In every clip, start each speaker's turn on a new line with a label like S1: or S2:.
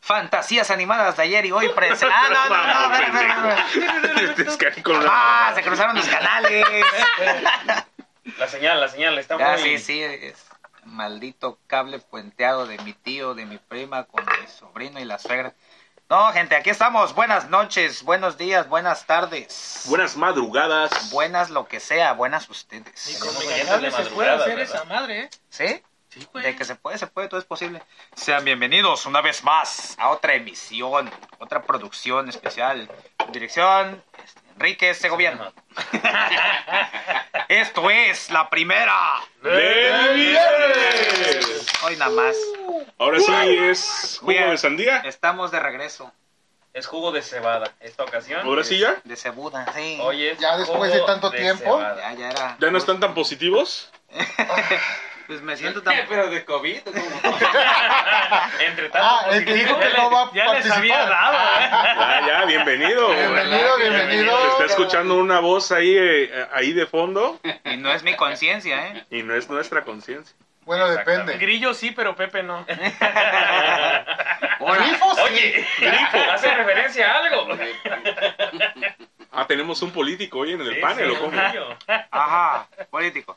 S1: fantasías animadas de ayer y hoy presenta. Ah, no, no, no,
S2: Este
S1: espera, espera, espera. Ah, se cruzaron los canales.
S3: La señal, la señal, está
S1: Ya, sí,
S3: muy...
S1: sí. es maldito cable puenteado de mi tío, de mi prima, con mi sobrino y la suegra. No, gente, aquí estamos. Buenas noches, buenos días, buenas tardes.
S2: Buenas madrugadas.
S1: Buenas lo que sea, buenas ustedes.
S3: Sí,
S1: Tenemos
S3: como
S1: oyentes.
S3: ya-
S4: Cable se
S3: madrugada,
S4: puede hacer
S3: ¿verdad?
S4: esa madre, ¿eh?
S1: ¿Sí?
S4: Sí, güey.
S1: De que se puede, se puede, todo es posible. Sean bienvenidos una vez más a otra emisión, otra producción especial. Dirección este, Enrique Segoviano. Esto es la primera.
S2: ¡Del viernes!
S1: Hoy nada más.
S2: Ahora sí es jugo de sandía.
S1: Estamos de regreso.
S3: Es jugo de cebada esta ocasión.
S2: Ahora sí ya.
S1: De cebuda, sí.
S3: Hoy es
S5: Ya después
S3: jugo
S5: de tanto tiempo.
S3: cebada.
S1: Ya, ya era.
S2: Ya no están tan positivos.
S1: Pues me siento tan...
S6: Pero de COVID,
S3: Entre tanto.
S5: Ah, el que dijo que no va a
S4: Ya les había
S5: participar.
S4: dado, ¿eh?
S2: Ya, ya, bienvenido. Se
S5: Bienvenido, bienvenido.
S2: está escuchando una voz ahí, eh, ahí de fondo
S1: Y no es mi conciencia, ¿eh?
S2: y no es nuestra conciencia.
S5: Bueno,
S4: El
S5: depende.
S4: Grillo sí, pero Pepe no.
S1: Ahora,
S5: Grifos, sí.
S3: Oye, hace referencia a algo.
S2: Ah, tenemos un político hoy en el
S3: Sí,
S2: panel,
S3: sí,
S2: ¿o cómo?
S3: obvio.
S1: ajá, político.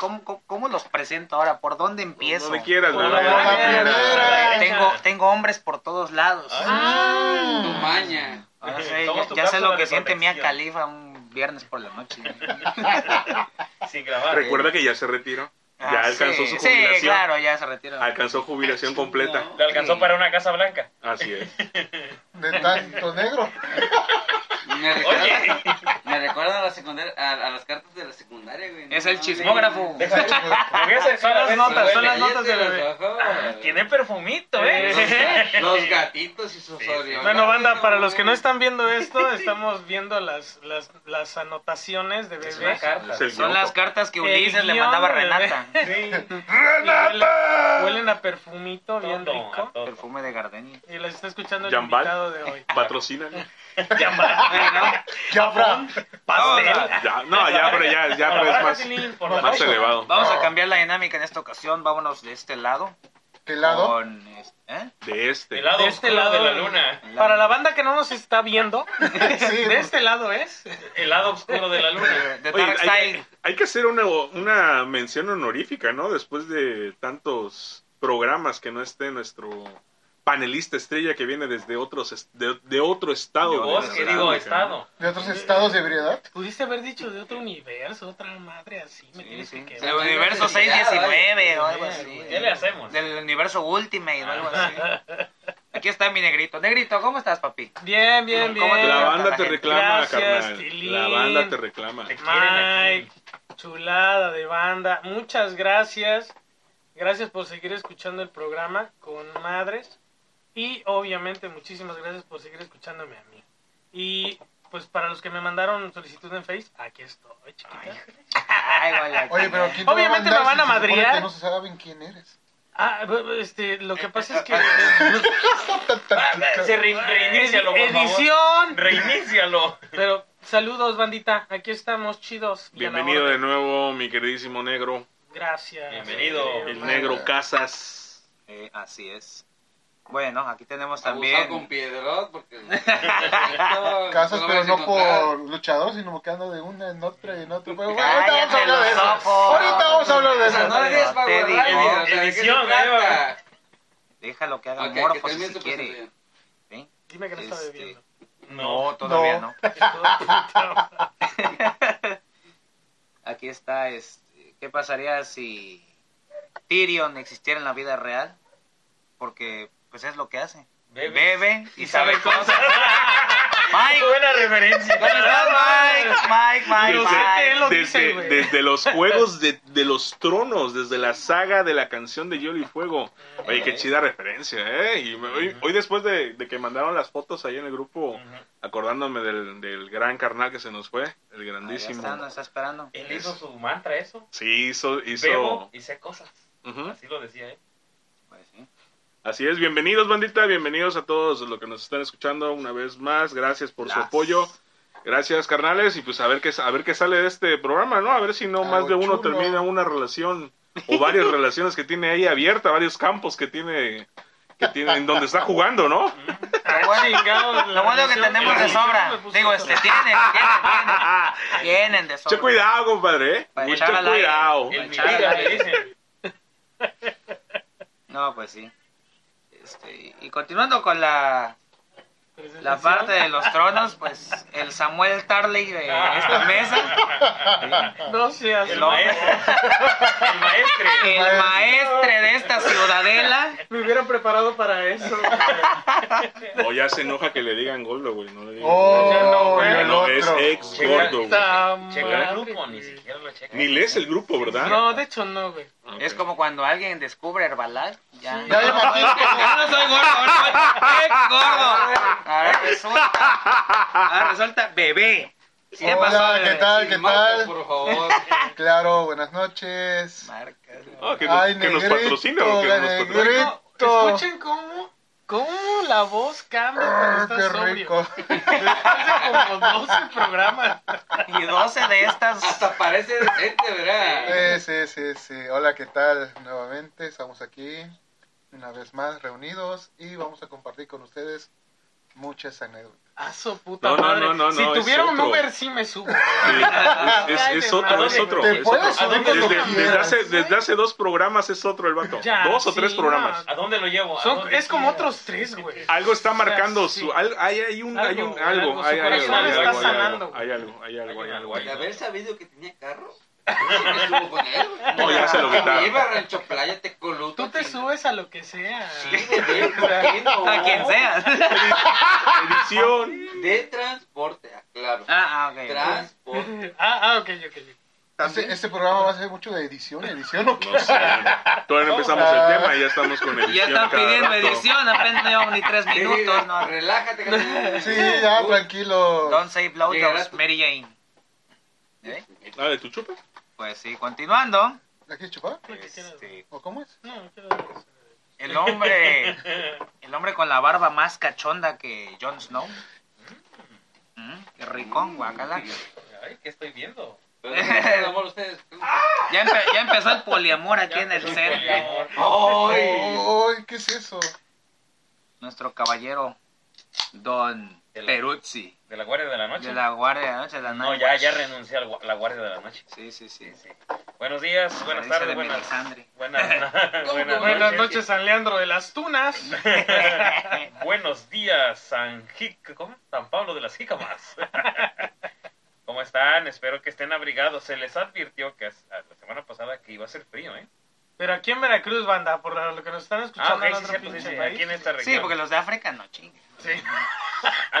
S1: ¿Cómo, cómo, cómo los presento ahora? ¿Por dónde empiezo?
S2: Donde quieras,
S4: Por
S2: mi
S4: la
S2: rey.
S5: La
S4: maña,
S5: primera.
S4: la
S1: Tengo,
S4: maña.
S1: tengo hombres por todos lados.
S6: tu maña.
S1: Ahora sí,
S3: Somos
S1: ya,
S3: eh, tu
S1: ya sé
S3: cápsula
S1: lo que
S3: de
S1: siente Mía
S3: protección.
S1: Califa un viernes por la noche.
S3: Sin grabar.
S2: Recuerda que ya se retiró. Ya
S1: Ah,
S2: alcanzó
S1: sí,
S2: su jubilación.
S1: Sí, claro, ya se retiró.
S2: Alcanzó jubilación completa.
S3: Le alcanzó
S1: Sí.
S3: para una casa blanca.
S2: Así es.
S5: De tanto negro.
S6: Me recuerda, me recuerda a, la secundaria, a, a las cartas de la secundaria, güey.
S1: Es el
S6: No, Ah,
S1: chismógrafo.
S6: güey.
S3: Deja- Lo voy a hacer
S4: Son
S3: cada
S4: las
S3: vez,
S4: notas,
S3: güey.
S4: son las
S6: Cállate
S4: notas de Ah, la-
S6: los ojos.
S3: Tiene perfumito, ¿eh?
S6: Los- Los gatitos y sus
S3: Sí, sí.
S6: orioles.
S4: Bueno, banda, para los que no están viendo esto, estamos viendo las, las, las anotaciones de
S3: Es una
S4: bebé.
S3: carta.
S2: Es el
S1: Son
S2: guioto.
S1: las cartas que
S4: El
S1: Ulises le
S4: guión,
S1: mandaba a
S4: bebé.
S1: Renata.
S3: Sí.
S4: Huelen, huelen a perfumito bien
S3: Todo, a
S4: rico.
S3: todo.
S1: Perfume de Gardenia.
S4: Y las está escuchando el
S2: Jambal.
S4: invitado de hoy.
S2: Patrocinan.
S5: Ya, Fran.
S3: Pastel.
S2: Ya, no, ya, pero ya, ya, Ah, pero es más,
S4: Vaselina, por
S2: más
S4: favor.
S2: elevado.
S1: Vamos a cambiar la dinámica en esta ocasión. Vámonos de este lado.
S5: ¿Qué lado?
S1: Con este- ¿eh?
S2: De este.
S3: Del lado
S4: De
S3: de
S4: este
S3: lado de
S4: lado.
S3: la luna.
S4: Para la banda que no nos está viendo, de este lado es.
S3: El lado oscuro de la luna.
S1: De
S2: Oye,
S1: Dark
S2: hay,
S1: Side.
S2: hay que hacer una, una mención honorífica, ¿no? Después de tantos programas que no esté nuestro panelista estrella que viene desde otros est- de, de otro estado.
S1: De
S2: de
S3: Vos
S2: la
S3: que digo
S2: República, ¿no?
S3: estado.
S5: De otros estados de ebriedad.
S4: Pudiste haber dicho de otro universo, otra madre así. Me
S1: Sí,
S4: tienes
S1: sí.
S4: que
S1: Del
S4: quedar.
S1: universo 619 o algo así.
S3: ¿Qué le hacemos?
S1: Del universo Ultimate o algo así. Aquí está mi negrito. Negrito, ¿cómo estás, papi?
S4: Bien, bien,
S1: ¿Cómo te
S4: bien.
S2: La banda te
S1: Gracias,
S2: reclama, carnal.
S4: Tilín.
S2: La banda te reclama.
S3: Te quieren
S4: Mike,
S3: aquí.
S4: chulada de banda. Muchas gracias. Gracias por seguir escuchando el programa con madres. Y obviamente muchísimas gracias por seguir escuchándome a mí. Y pues para los que me mandaron solicitud en Face, aquí estoy, chiquita.
S1: Ay, vaya.
S5: Oye, pero ¿quién te va a
S4: Obviamente
S5: mandar
S4: me van a
S5: si se supone
S4: madrear.
S5: que No se saben quién eres.
S4: Ah, bu- bu- este, lo que pasa es que...
S3: Se re- reinícialo, por favor.
S4: Edición.
S3: Reinícialo.
S4: Pero saludos, bandita. Aquí estamos, chidos. y a la
S2: Bienvenido
S4: orden.
S2: de nuevo, mi queridísimo negro.
S4: Gracias.
S3: Bienvenido.
S4: Eh,
S2: El negro Casas.
S1: Eh, así es. Bueno, aquí tenemos
S6: Abusado
S1: también.
S6: con piedrot porque...
S5: Casas, pero no
S6: por...
S5: por luchador, sino quedando de una en otra y en otra. Pero bueno, ahorita vamos
S1: Cállate
S5: a hablar de
S1: los
S5: eso.
S1: ojos.
S5: Ahorita vamos a hablar de
S6: O sea,
S5: eso.
S6: no le des para
S1: Te
S6: guardar,
S1: digo.
S6: mira, o sea, ¿de qué se
S3: Edición, ahí va.
S6: trata?
S1: Déjalo que haga
S6: Ok, que
S1: morfos
S6: termine
S1: pues, si
S6: tu
S1: quiere.
S6: presentación.
S4: Dime que no está
S1: Este,
S4: bebiendo.
S1: No, todavía no.
S5: No.
S1: Aquí está. Este, ¿Qué pasaría si Tyrion existiera en la vida real? Porque, pues es lo que hace. Bebe, y, sabe cosas.
S3: Qué
S1: Mike,
S3: buena referencia.
S1: ¿dónde estás, Mike? Mike, Mike,
S4: Yo sé que él
S1: Mike.
S4: lo
S2: desde,
S4: dice, güey.
S2: desde los juegos de, de los tronos, desde la saga de la canción de Hielo y Fuego. Oye, qué chida referencia, ¿eh? Y me- hoy, hoy después de, de que mandaron las fotos ahí en el grupo,
S3: Ujú.
S2: acordándome del, del gran carnal que se nos fue, el
S1: Ahí
S2: grandísimo.
S1: está, nos está esperando.
S3: Él hizo su mantra, eso.
S2: Sí, hizo... hizo
S3: Bebo y sé cosas.
S2: Ujú.
S3: Así lo decía, ¿eh?
S1: Pues sí.
S2: Así es, bienvenidos bandita, bienvenidos a todos los que nos están escuchando una vez más, gracias por su
S1: Las-
S2: apoyo, gracias
S1: Ah,
S2: carnales y pues a ver qué, a ver qué sale de este programa, ¿no? A ver si no
S5: Algo
S2: más de uno
S5: chulo.
S2: termina una relación o varias relaciones que tiene ahí abierta, varios campos que tiene, que tiene en donde está jugando, ¿no?
S1: Lo bueno que tenemos de sobra. Digo, este, tienen, tienen, tienen. Tienen de sobra.
S2: Mucho cuidado, compadre, ¿eh?
S1: Para
S2: Mucho
S1: echar al aire.
S2: cuidado.
S3: El
S1: Chale.
S3: Miguel,
S4: eh,
S3: le dicen.
S1: No, pues sí. Este, y continuando con la, la parte de los tronos, pues el Samuel Tarley de esta mesa,
S4: No seas
S3: El
S1: Lo-
S3: maestro. El maestro.
S1: el maestre de esta ciudadela.
S4: Me hubieran preparado para eso.
S2: O ya se enoja que le digan gordo, güey. No le digan
S5: Oh,
S2: gordo.
S5: y
S2: Ya
S5: el
S2: no, es
S5: otro.
S2: ex
S3: Checa-
S2: gordo, güey.
S4: Puta
S3: Checa el
S4: madre,
S3: grupo, ni
S4: güey.
S3: siquiera lo checa.
S2: Ni lees el grupo, ¿verdad?
S4: No, de hecho no, güey.
S2: Ok.
S1: Es como cuando alguien descubre Herbalife. Ya,
S5: Ya le
S1: no,
S5: maté.
S1: es que yo no soy gordo, ahora soy ex gordo. Ahora resulta, ahora resulta bebé. Sí, ya pasó,
S5: Hola,
S1: bebé.
S5: ¿qué tal?
S6: Sin
S5: ¿Qué
S6: marcas,
S5: tal?
S6: por favor.
S5: Claro, buenas noches.
S1: Marcas.
S2: Ah, que,
S5: Ay,
S2: nos, que nos
S5: negrito,
S2: patrocina o que no nos patrocina.
S5: negrito.
S4: No,
S5: Esto.
S4: escuchen cómo, cómo la voz cambia cuando
S5: Arr,
S4: estás
S5: Ah, ¡Qué
S4: sobrio.
S5: rico!
S4: Hace como 12 programas.
S1: Y 12 de estas.
S6: Hasta parece gente, ¿verdad?
S5: Sí, sí, sí, sí. Hola, ¿qué tal? Nuevamente estamos aquí, una vez más reunidos y vamos a compartir con ustedes muchas anécdotas.
S4: A Ah, su puta
S2: No, no,
S4: madre.
S2: no, no,
S4: si
S2: no, es
S4: tuviera un
S2: otro.
S4: Uber, sí me subo.
S2: Sí, es, es- es otro, es otro. es
S5: Te puedes
S2: otro.
S5: subir
S4: cuando
S2: Desde,
S4: quieras.
S2: desde
S5: Este,
S2: hace, desde hace dos programas es otro el vato.
S4: Ya,
S2: dos o
S4: sí,
S2: tres programas.
S4: no.
S3: ¿A dónde lo llevo? ¿A
S4: Son-
S3: dónde
S4: es como
S3: quieras?
S4: otros tres, güey.
S2: Algo está
S4: O sea,
S2: marcando
S4: sí.
S2: su. al- hay, hay un. Hay un
S4: Algo,
S2: algo.
S4: algo,
S2: Hay
S4: su
S2: algo.
S4: corazón
S2: Hay
S3: está
S2: algo. Hay
S4: sanando,
S2: algo. Hay algo. Hay algo. hay algo, hay
S6: De
S2: algo.
S6: haber sabido que tenía carro. sí me subo con él, güey.
S2: No, ya se lo quitaron.
S6: Me lleva a Rancho Playa, Tecoluto.
S4: Tú te subes a lo que sea.
S6: Sí, bebé, ¿por qué no?
S1: A quien sea.
S2: Edición.
S6: De transporte, aclaro.
S1: Ah, ah, ok.
S6: Transporte.
S4: Ah, ah, ok, ok, ok.
S5: Este, este programa va a ser mucho de edición, edición o qué?
S2: No sé. Todavía no empezamos
S5: Ah.
S2: el tema y ya estamos con edición.
S1: Ya están
S2: cada
S1: pidiendo
S2: rato.
S1: edición, apenas no llevamos ni tres minutos.
S6: Querida,
S1: No.
S6: Relájate, cariño.
S5: Sí, ya, tranquilo.
S1: Don't say blowjobs,
S6: Llegará tu-
S1: Mary Jane. ¿Eh?
S2: Ah, de tu chupa.
S1: Pues sí, continuando.
S5: ¿Aquí es chupar?
S4: Lo que quieras.
S1: este,
S5: ¿O cómo es?
S4: No, quiero
S1: el hombre, el hombre con la barba más cachonda que Jon Snow. Mm, qué rico, guacala.
S3: Ay, ¿qué estoy viendo?
S6: Pero no me hacen el amor ustedes.
S1: Ya, empe- ya empezó el poliamor aquí en el set.
S3: Poliamor.
S6: ¡Ay!
S5: ¡Ay! ¿Qué es eso?
S1: Nuestro caballero, Don Peruzzi,
S3: ¿De la Guardia de la Noche?
S1: de la Guardia de la Noche. de la
S3: No,
S1: Night
S3: ya,
S1: Watch.
S3: ya renuncié a la Guardia de la Noche.
S1: Sí, sí, sí.
S3: Buenos días, buenas
S1: Dice
S3: tardes,
S1: de
S3: buenas,
S1: Melisandre.
S3: buenas, buenas,
S4: Buenas
S3: noches.
S4: noches, San Leandro de las Tunas.
S3: Buenos días, San Jic- ¿cómo? San Pablo de las Jícamas. ¿Cómo están? Espero que estén abrigados. Se les advirtió que as- a- la semana pasada que iba a ser frío, ¿eh?
S4: Pero aquí en Veracruz, banda, por lo que nos están escuchando
S3: Ah, ok,
S4: en
S3: sí,
S4: otro
S3: cierto,
S4: pinche
S3: sí,
S4: país.
S3: aquí en esta región.
S1: Sí, porque los de África no chingan.
S4: Sí.
S3: A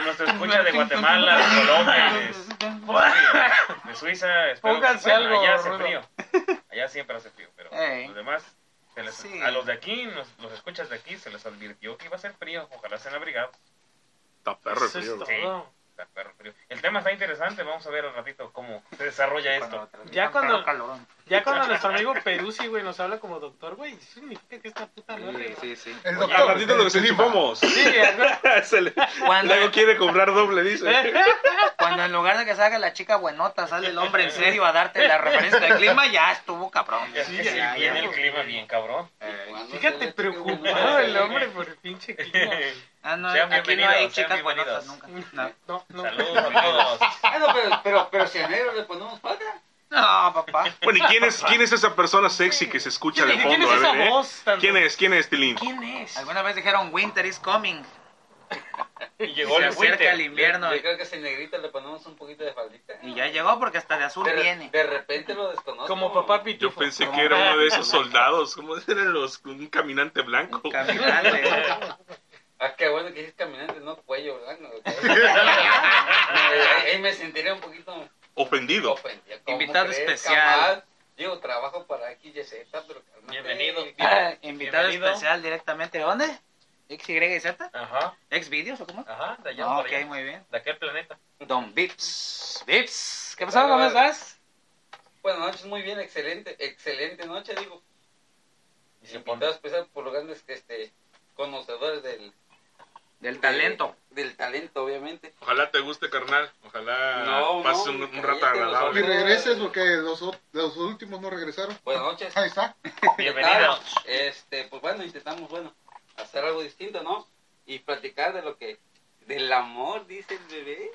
S3: nuestra escucha de Guatemala, de Colombia, de, de Suiza, espero que-
S4: Pónganse
S3: bueno,
S4: algo
S3: allá hace
S4: rudo.
S3: frío. Allá siempre hace frío, pero
S1: Ey.
S3: los demás, se les-
S1: Sí.
S3: a los de aquí, los, los escuchas de aquí, se les advirtió que iba a ser frío. Ojalá estén abrigados.
S2: Está perro el
S4: Eso es
S2: frío, güey.
S4: todo.
S3: Está perro frío. El tema está interesante, vamos a ver al ratito cómo se desarrolla esto.
S4: Ya cuando-
S1: Calorón.
S4: Ya cuando nuestro amigo Peruzzi, güey, nos habla como doctor, güey, eso significa que esta puta madre.
S1: Sí, sí.
S5: El
S2: Al
S5: doctor.
S2: ratito lo que se chupamos.
S4: Sí, ajá.
S2: Se le-
S1: Cuando,
S2: Luego quiere comprar doble,
S4: Eh,
S2: dice.
S1: cuando en lugar de que salga la chica buenota, sale el hombre en serio a darte la referencia del clima, ya estuvo cabrón.
S3: Es que
S4: ya,
S3: sí,
S4: ya,
S3: viene el
S4: güey.
S3: clima bien cabrón.
S1: Eh,
S4: Fíjate, preocupado el hombre por el pinche clima.
S1: ah, no,
S3: Sean
S1: aquí no
S3: bienvenidos,
S1: hay
S3: sean
S1: chicas buenotas nunca.
S3: bienvenidos.
S1: No,
S4: No, no.
S3: Saludos a todos.
S6: Ah, no, pero, pero, pero si a negro le ponemos falda.
S1: No, papá.
S2: Bueno, ¿y quién es, quién es esa persona sexy que se escucha de
S4: ¿Quién
S2: fondo?
S4: es
S2: A
S4: esa
S2: ver, ¿eh?
S4: voz tan-
S2: ¿Quién es? ¿Quién es, Tilín?
S4: ¿Quién es?
S1: Alguna vez dijeron Winter is coming.
S3: Y
S1: Y
S3: llegó
S1: se
S3: el
S1: acerca el
S3: winter.
S1: invierno.
S6: Yo creo que si negrita le ponemos un poquito de faldita.
S1: Y ya llegó porque hasta de azul
S6: de,
S1: viene.
S6: de repente lo desconozco.
S4: Como papá pitufo.
S2: Yo pensé que era uno de esos soldados. ¿Cómo eran los? Un caminante blanco.
S1: Caminante.
S6: Ah, qué bueno que dices caminante, no cuello blanco. güey. Ahí ahí me sentiría un poquito
S2: Ofendido.
S6: ofendido. ¿Cómo
S1: Invitado
S6: crees,
S1: especial.
S6: jamás? Digo, trabajo para XYZ, pero eh, cálmate.
S3: Bienvenido.
S1: Ah, Invitado
S3: Bienvenido.
S1: especial directamente. ¿De dónde? ¿XYZ?
S3: Ajá,
S1: ¿Xvideos o cómo?
S3: ajá, de allá
S1: Ah,
S3: por
S1: ok,
S3: allá.
S1: muy bien.
S3: De aquel planeta.
S1: Don Vips. Vips. ¿Qué pasó?
S6: Vale,
S1: ¿Cómo
S6: vale.
S1: estás?
S6: Buenas noches, muy bien, excelente, excelente noche, digo.
S3: Y se pone-
S6: Invitado especial por los grandes este, conocedores del,
S1: Del talento.
S6: del talento, obviamente.
S2: Ojalá te guste, carnal. Ojalá
S6: No,
S2: pases
S6: no,
S2: un, un
S6: cállate
S2: rato
S6: los
S2: agradable.
S5: Y regreses porque los, ot- Los últimos no regresaron.
S6: Buenas noches.
S5: Ahí está.
S3: Bienvenido.
S6: Claro, Este, pues bueno, intentamos, bueno, hacer algo distinto, ¿no? Y platicar de lo que, del amor, dice el bebé.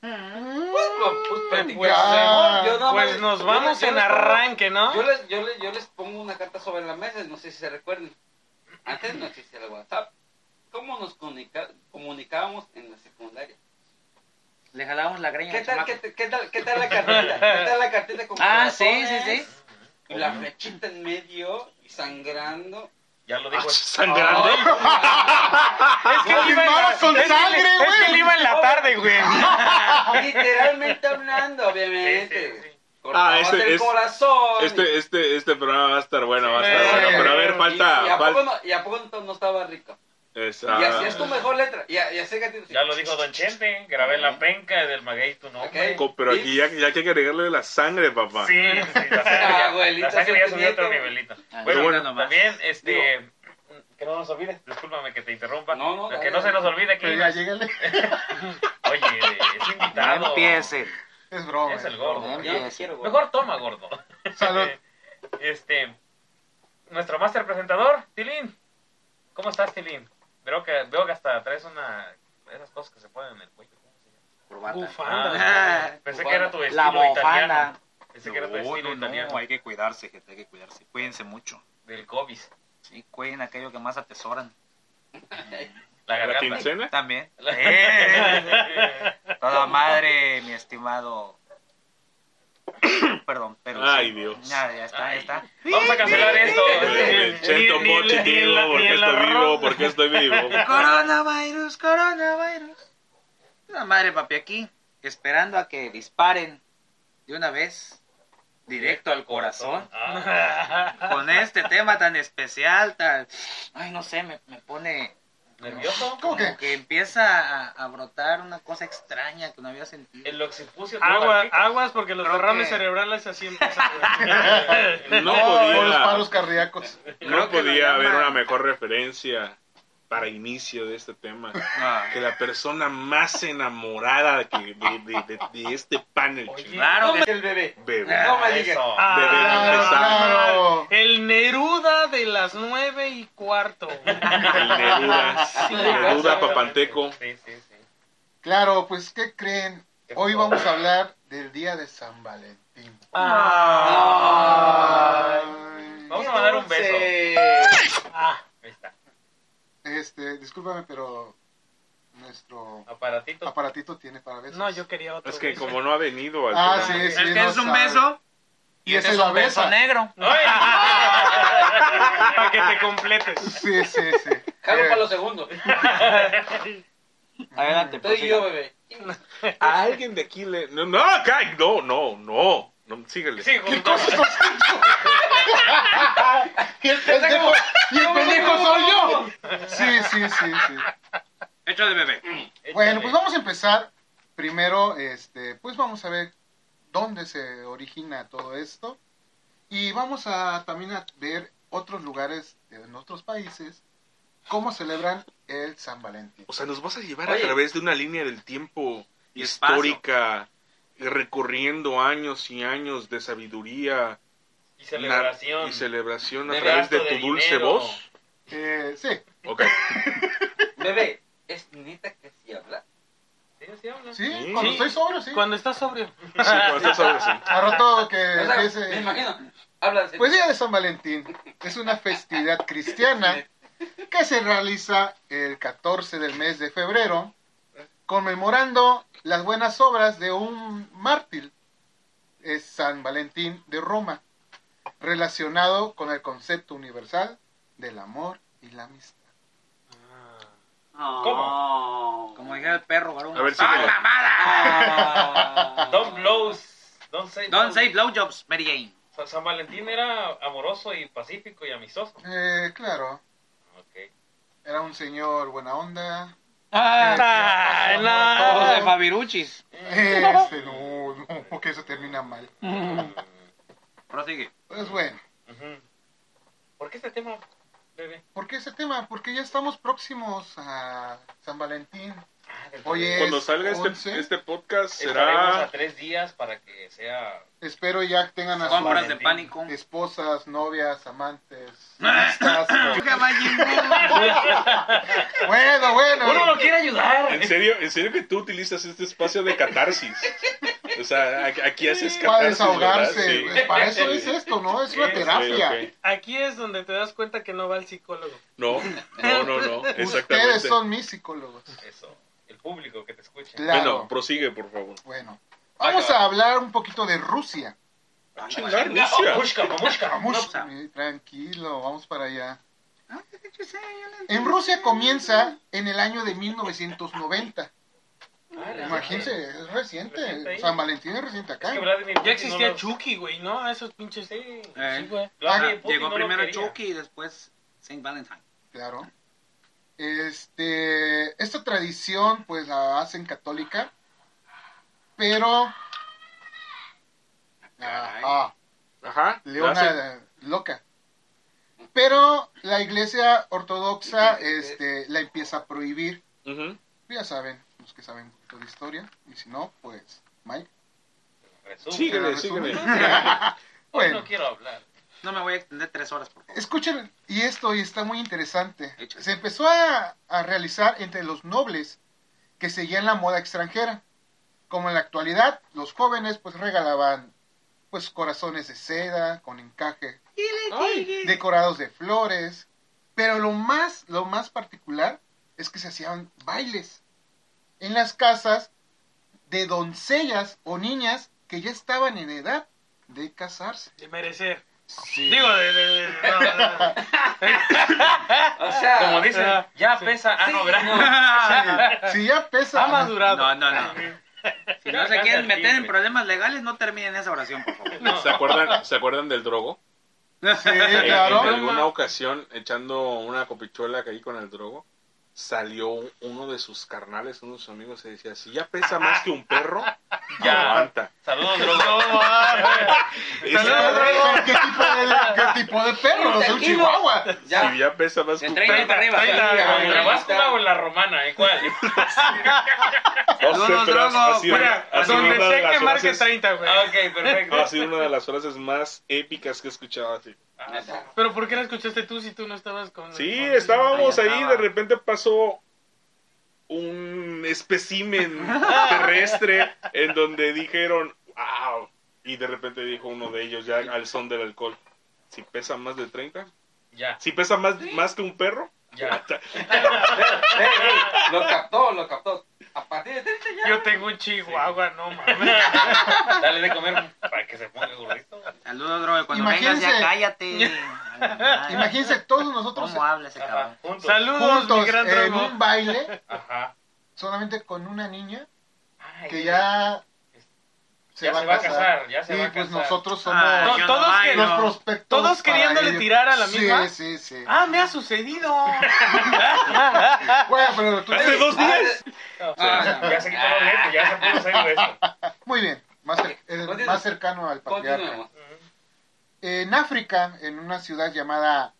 S1: Mm.
S6: Bueno, pues
S4: Pues,
S6: platicar.
S5: Ah,
S6: Yo no,
S4: pues
S6: mames,
S4: nos
S6: yo
S4: vamos
S6: les- yo
S4: en
S6: les pongo-
S4: arranque, ¿no?
S6: Yo les, yo, les, yo les pongo una carta sobre la mesa, no sé si se recuerden. Antes no existía el WhatsApp. ¿Cómo nos comunica- comunicábamos en la secundaria?
S1: Le jalábamos la greña.
S6: ¿Qué
S1: al
S6: tal,
S1: chamaco.
S6: qué, te- qué tal, qué tal la cartita? ¿Qué tal la cartita con
S1: Ah, sí, sí,
S6: corazones?
S1: sí.
S6: Y la flechita en medio y sangrando.
S3: Ya
S2: Ah,
S3: lo dijo.
S2: sangrando.
S4: Es que él iba en la-
S5: Firmadas con
S4: es que-
S5: sangre,
S4: es que
S5: güey.
S4: él iba en la tarde, güey.
S6: Literalmente hablando, obviamente.
S3: Sí, sí, sí.
S6: Cortabas
S2: Ah, este
S6: el
S2: es-
S6: corazón. y-
S2: Este, este, este programa va a estar bueno, va a estar
S4: Sí.
S2: bueno. Pero a ver,
S6: y-
S2: falta.
S6: Y, a
S2: falta
S6: poco no, y a poco no, no estaba rico.
S2: esa-
S6: Y hacías tu mejor letra. Y, y así gatito.
S3: Ya lo dijo Don Chente. Grabé la penca del maguey tu nombre.
S6: Ok.
S2: Co- Pero aquí ya, ya hay que agregarle la sangre, papá.
S3: Sí, sí, la
S6: La
S3: sangre, ya-
S6: abuelita
S3: la sangre ya
S6: se
S3: subió a otro
S6: tenía que-
S3: nivelito.
S1: Ah,
S3: Bueno,
S1: bueno, nomás.
S3: también, este, que no nos olvide, discúlpame que te interrumpa,
S6: No, no,
S3: Lo que
S6: dale,
S3: no se
S6: dale.
S3: nos olvide aquí,
S5: Pero ya llégale.
S3: oye, es
S1: No
S3: invitado,
S1: empiece.
S5: Es broma.
S3: es el
S1: No
S3: gordo,
S6: Yo no te
S1: empiece.
S6: quiero, güey.
S3: mejor toma gordo,
S5: Salud.
S3: este, nuestro máster presentador, Tilín, ¿cómo estás Tilín? Veo que, veo que hasta traes una, esas cosas que se ponen en el cuello, ¿cómo se llama?
S1: Corbata.
S4: Bufanda.
S1: Ah,
S3: pensé
S6: Bufanda.
S3: que era tu
S1: La
S3: Pues, estilo italiano,
S1: bofana.
S3: pensé que era tu estilo italiano,
S1: hay que cuidarse, gente, hay que cuidarse. Cuídense mucho.
S3: del COVID,
S1: Sí, cuiden aquello que más atesoran.
S3: la
S2: La
S3: garganta.
S2: quincena.
S1: También. Eh, Toda madre, mi estimado. Perdón, pero.
S2: Ay,
S1: sí.
S2: Dios.
S1: Ya, ya está, ya está.
S3: Vamos a cancelar este. esto.
S2: El Chento
S4: Ni- ni-
S2: Mochi,
S4: ni- ni
S2: tío,
S4: la- ni
S2: ¿por qué
S4: en la
S2: estoy vivo?
S4: ronda.
S2: ¿Por qué estoy vivo?
S1: Coronavirus, coronavirus. La madre, papi, aquí. Esperando a que disparen de una vez. Directo al corazón.
S3: Ah,
S1: Con este tema tan especial, tan. Ay, no sé, me, me pone.
S3: ¿Nervioso?
S1: Como
S5: ¿Cómo que?
S1: que empieza a, a brotar una cosa extraña que no había sentido.
S3: El occipucio.
S4: Agua,
S3: trabalquita.
S4: aguas porque los
S1: Ah, Creo
S4: derrames
S1: que-
S4: cerebrales así empiezan. güey.
S2: No
S5: Con los
S2: podía,
S5: paros cardíacos.
S1: Creo
S2: no
S1: que lo
S2: podía haber
S1: llaman-
S2: una mejor referencia para inicio de este tema
S1: Ah.
S2: que la persona más enamorada que- de, de- de- de este panel.
S3: Oye,
S2: chingado.
S1: Claro que
S6: El bebé.
S2: Bebé.
S6: No me digas.
S3: Eso.
S4: Ah,
S2: Debe de
S5: empezar.
S4: El Neruda de las nueve y cuarto. güey.
S2: El Neruda.
S4: Sí,
S2: Neruda
S4: exactamente.
S2: Papanteco.
S3: Sí, sí, sí.
S5: Claro, pues, ¿qué creen? Hoy vamos a hablar del día de San Valentín. Ay.
S3: Vamos a mandar un beso.
S4: Ah,
S3: Ahí está.
S5: Este, discúlpame, pero nuestro
S3: Aparatito.
S5: aparatito tiene para besos.
S4: no, yo quería otro.
S2: Es que
S4: beso.
S2: como no ha venido al
S5: Ah,
S2: programa,
S5: sí, sí.
S1: es, que
S5: no
S1: es un
S5: sabe.
S1: beso
S5: Y
S1: y este
S5: esa
S1: es
S5: es la
S1: un beso
S5: besa.
S1: negro.
S4: Para que te completes.
S5: Sí, sí, sí.
S6: Jalo
S5: Eh,
S6: para los segundos.
S1: Adelante,
S6: Estoy
S1: prosiga.
S6: yo, bebé.
S2: a alguien de aquí le... No, no, ca- no, no, no. No, síguele.
S3: Sí,
S5: ¿Qué
S3: gordo.
S5: cosas estás haciendo? Y el pendejo, y el pendejo soy yo. Sí, sí, sí, sí.
S1: Échale, bebé.
S3: Échale.
S5: Bueno, pues vamos a empezar. Primero, este, pues vamos a ver dónde se origina todo esto. Y vamos a también a ver otros lugares en otros países cómo celebran el San Valentín.
S2: O sea, nos vas a llevar
S6: Oye.
S2: a través de una línea del tiempo
S1: Y
S2: histórica, recorriendo años y años de sabiduría
S3: Y celebración.
S2: nar- y celebración
S3: De
S2: a través
S3: gasto
S2: de
S3: de
S2: tu dulce
S3: dinero.
S2: voz.
S5: Eh, sí,
S2: Ok.
S6: Bebé, es neta que si habla.
S3: Sí, sí, habla.
S5: sí,
S2: Sí.
S5: cuando estoy sobrio, sí.
S4: Cuando estás sobrio.
S2: Sí, cuando estás sobre, pues, sí.
S5: A rato Eh, que
S6: O sea,
S5: empiece-
S6: ah, me imagino. Habla así.
S5: Pues Día de San Valentín es una festividad cristiana que se realiza el 14 del mes de febrero, conmemorando las buenas obras de un mártir, es San Valentín de Roma, relacionado con el concepto universal del amor y la amistad.
S6: ¿Cómo?
S1: Como dijera el perro, varón.
S2: A ver,
S1: ¡Ah,
S2: síguele.
S6: Ah.
S3: Don't blows. Don't say.
S1: Don't say blowjobs, Mary Jane.
S3: Sa- San Valentín era amoroso y pacífico y amistoso.
S5: Eh, claro,
S3: Ok.
S5: era un señor buena onda.
S4: Ah,
S1: Todos de
S4: no.
S1: Fabiruchis.
S5: Este, no, no, porque eso termina mal.
S3: Mm.
S1: Prosigue.
S5: Pues bueno,
S3: Ujú. ¿Por qué este tema? bebé?
S5: ¿Por qué ese tema? Porque ya estamos próximos a San Valentín.
S3: Ah, del-
S5: Oye,
S2: Cuando
S5: es
S2: salga
S5: 11.
S2: este, este podcast
S3: Estaremos a
S2: será...
S3: tres días para que sea...
S5: Espero ya tengan a
S1: Compras
S5: sus
S1: de pánico.
S5: esposas, novias, amantes. listas. bueno,
S4: Uno lo
S5: bueno.
S4: quiere ayudar.
S2: En serio, en serio que tú utilizas este espacio de catarsis. O sea, a- aquí haces
S5: Para
S2: catarsis,
S5: desahogarse.
S2: ¿verdad?
S5: pues,
S2: Sí.
S5: Para eso es esto, ¿no? Es una
S4: Sí, sí,
S5: terapia.
S2: Ok, ok.
S4: Aquí es donde te das cuenta que no va el psicólogo.
S2: No, no, no, no, exactamente.
S5: Ustedes son mis psicólogos.
S3: Eso, el público que te escuche.
S5: Claro.
S2: Bueno, prosigue, por favor.
S5: Bueno, vamos a hablar un poquito de Rusia.
S2: Chingada,
S3: No,
S4: Oh,
S2: Rusia.
S3: Mushka, mamushka.
S5: Vamos, eh, tranquilo, vamos para allá.
S1: Ah,
S5: En Rusia comienza en el año de 1990.
S3: Ah, la madre.
S5: Imagínense, es
S3: Reciente
S5: reciente.
S3: ahí.
S5: San Valentín es reciente
S3: Es
S5: acá.
S3: que Vladimir Putin
S4: Ya
S3: no
S4: existía
S3: lo-
S4: Chucky, güey, ¿no? A esos pinches.
S3: Sí,
S1: Eh.
S4: Sí, güey.
S3: Vladimir
S1: Ah,
S3: Putin
S1: llegó
S3: no lo
S1: primero
S3: quería.
S1: Chucky y después Saint Valentine.
S5: Claro. Este, esta tradición pues la hacen católica, pero...
S1: Caray.
S5: Ajá.
S2: Ajá. gracias.
S5: Leona loca. Pero la iglesia ortodoxa este, la empieza a prohibir.
S2: Ujú.
S5: Ya saben, los que saben un poquito de historia. Y si no, pues, Mike.
S3: Resumen.
S2: Síguele,
S5: ¿Quieres
S2: síguele.
S5: resumir?
S3: Hoy
S5: bueno,
S3: No quiero hablar.
S1: No me voy a extender tres horas, por favor.
S5: escuchen, y esto y está muy interesante.
S1: Échale.
S5: Se empezó a, a realizar entre los nobles que seguían la moda extranjera. Como en la actualidad, los jóvenes pues regalaban pues corazones de seda con encaje
S4: Ay,
S5: decorados de flores, pero lo más, lo más particular es que se hacían bailes en las casas de doncellas o niñas que ya estaban en edad de casarse.
S4: de merecer.
S5: Sí.
S4: Digo, de. de- de- no, no, no.
S6: O sea,
S3: Como dicen,
S4: Ah,
S3: ya
S4: sí.
S3: pesa. Ah, no, ¿verdad?
S5: si ya pesa.
S4: Ha madurado.
S1: No, no, no. Si no se quieren meter en problemas legales, no terminen esa oración, por favor.
S2: ¿Se acuerdan, ¿Se acuerdan del drogo?
S5: Sí,
S2: En- En
S5: claro.
S2: alguna ocasión, echando una copichuela que ahí con el drogo, salió uno de sus carnales, uno de sus amigos, y decía, si ya pesa más que un perro,
S3: Ya.
S2: aguanta.
S3: Saludos, drogo.
S5: Pero, pero, ¿Qué tipo de, qué tipo de perro? Es un chihuahua.
S6: ya.
S2: Si ya pesa más que
S1: De
S2: un
S1: 30
S2: perro,
S1: para arriba.
S4: Treinta,
S6: Sí,
S3: ¿La
S4: güey.
S6: ahorita.
S3: báscula o la romana? ¿En cuál?
S2: no sé,
S1: Saludos,
S2: pero
S1: drogo.
S2: ha sido,
S4: Mira,
S2: ha sido
S4: donde
S2: una de
S4: sé que
S2: las
S4: marque
S2: frases,
S4: 30, güey.
S3: Ah, ok, perfecto.
S2: ha sido una de las frases más épicas que he escuchado así.
S3: Ah,
S4: Pero ¿por qué la escuchaste tú si tú no estabas con.
S2: pues, Sí,
S4: con-
S2: estábamos
S1: ahí
S2: ahí,
S1: estaba.
S2: de repente pasó un especimen terrestre en donde dijeron, wow, y de repente dijo uno de ellos ya al son del alcohol, si pesa más de 30,
S3: ya,
S2: si pesa más, más que un perro,
S3: ya.
S6: Ey, ey, lo captó, lo captó. A partir de 30 ya.
S4: Yo tengo un chihuahua, no mames.
S3: Dale de comer para que se ponga gordito.
S1: Saludos, droga. Cuando
S5: Imagínense.
S1: vengas ya cállate. Ay,
S5: Imagínense todos nosotros
S1: ¿Cómo habla ese
S3: Ajá,
S1: cabrón?
S3: juntos.
S4: Saludos, mi
S5: juntos eh,
S4: gran
S5: en
S4: drogo.
S5: un baile
S3: Ajá.
S5: solamente con una niña
S3: Ay,
S5: que ya
S3: ya se va a casar, ya se
S5: Sí,
S3: va a
S5: pues
S3: casar.
S5: nosotros somos
S1: Ah,
S4: To-
S1: yo
S4: todos que-
S1: bailo.
S5: los prospectos.
S4: todos
S5: para
S4: queriéndole
S5: ello.
S4: tirar a la misma.
S5: Sí, sí, sí.
S4: Ah, me ha sucedido.
S5: Bueno, pero tú-
S2: hace dos días.
S6: Ah,
S3: Ya se quitó los lentes, ya se puso serio esto.
S5: Muy bien, más, cer- el
S6: Continúa.
S5: más cercano al patriarca.
S6: Continuemos.
S5: En África, en una ciudad llamada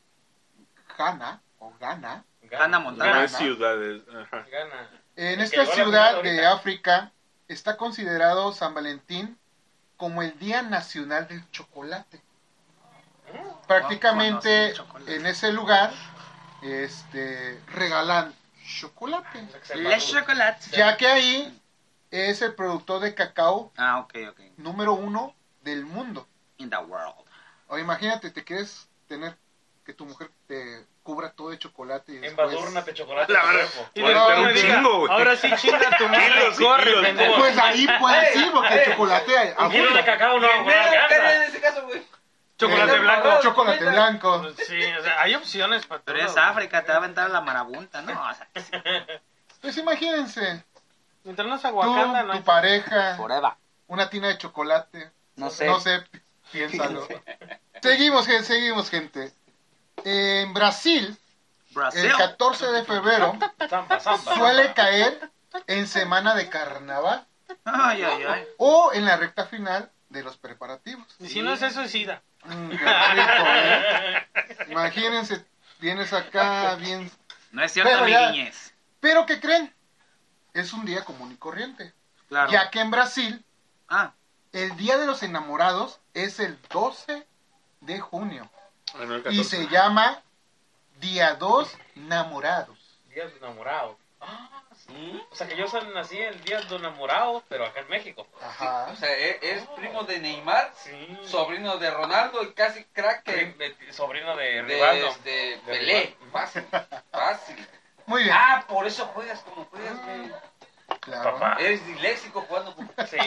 S5: Ghana, o Ghana,
S1: Ana Montana.
S2: Ah, No es ciudades, ajá.
S3: Gana.
S5: en
S3: Que
S5: esta
S3: llegó la
S5: ciudad
S3: primera
S5: de
S3: ahorita.
S5: África está considerado San Valentín como el Día Nacional del Chocolate.
S3: Ah, Mm,
S5: Prácticamente
S1: No conocen el chocolate.
S5: en ese lugar este, regalan chocolate.
S3: O sea, que se madura.
S1: Le chocolate.
S5: ya que ahí es el productor de cacao
S1: Ah, ok, ok.
S5: número uno del mundo.
S1: In the world.
S5: O imagínate, te quieres tener que tu mujer te cubra todo de chocolate y después...
S3: Embadúrnate chocolate.
S2: pues, La
S3: en el
S2: verdad.
S3: cuerpo.
S4: Y
S2: Bueno,
S4: después
S5: pero
S4: me
S5: un
S4: diga,
S2: chingo, güey.
S4: Ahora sí chinga tu madre.
S2: Kilos y
S4: Corre,
S2: kilos.
S4: pendejo.
S5: Pues ahí pues sí, porque el chocolate
S3: Un kilo de
S5: abunda.
S3: cacao no
S6: No, pero en
S3: alcanza.
S6: ese caso, güey.
S4: Chocolate
S5: Eh,
S4: blanco.
S5: Chocolate blanco.
S4: Sí, o sea, hay opciones para todo.
S1: Pero es
S4: güey.
S1: África, te va a aventar la marabunta, ¿no? O sea,
S5: Pues imagínense,
S4: Mientras no sea
S5: tú,
S4: Wakanda, no hay-
S5: tu pareja,
S1: forever.
S5: una tina de chocolate.
S1: No sé.
S5: No sé, pi- piénsalo. seguimos, gente, seguimos, gente. En Brasil,
S1: Brasil.
S5: el 14 de febrero,
S3: Zamba, zamba.
S5: suele caer en semana de carnaval
S1: Ay, ay, ay.
S5: o en la recta final de los preparativos.
S4: Y Si no es eso, es SIDA.
S5: Mm, qué rico, ¿eh? Imagínense Vienes acá bien...
S1: No es cierto,
S5: Pero
S1: mi
S5: ya-
S1: niñez.
S5: Pero ¿qué creen? Es un día común y corriente.
S1: Claro.
S5: Ya que en Brasil,
S1: Ah,
S5: el Día de los Enamorados es el 12 de junio.
S2: Ah, no, el
S5: Y
S2: 14.
S5: se llama Día dos Enamorados.
S3: Día de enamorado. Ah,
S6: ¿Mm?
S3: o sea que yo sal- nací el día de enamorado, pero acá en México.
S5: Ajá.
S6: O sea, e- es, primo de Neymar,
S3: Sí.
S6: sobrino de Ronaldo y casi crack
S3: Prim-
S6: de,
S3: de- sobrino de
S6: de,
S3: Rivaldo.
S6: este,
S3: De
S6: Pelé. Fácil, fácil.
S5: Muy bien.
S6: Ah, por eso juegas como juegas, güey.
S5: Claro.
S3: Papá.
S6: Eres disléxico jugando como
S3: Sí.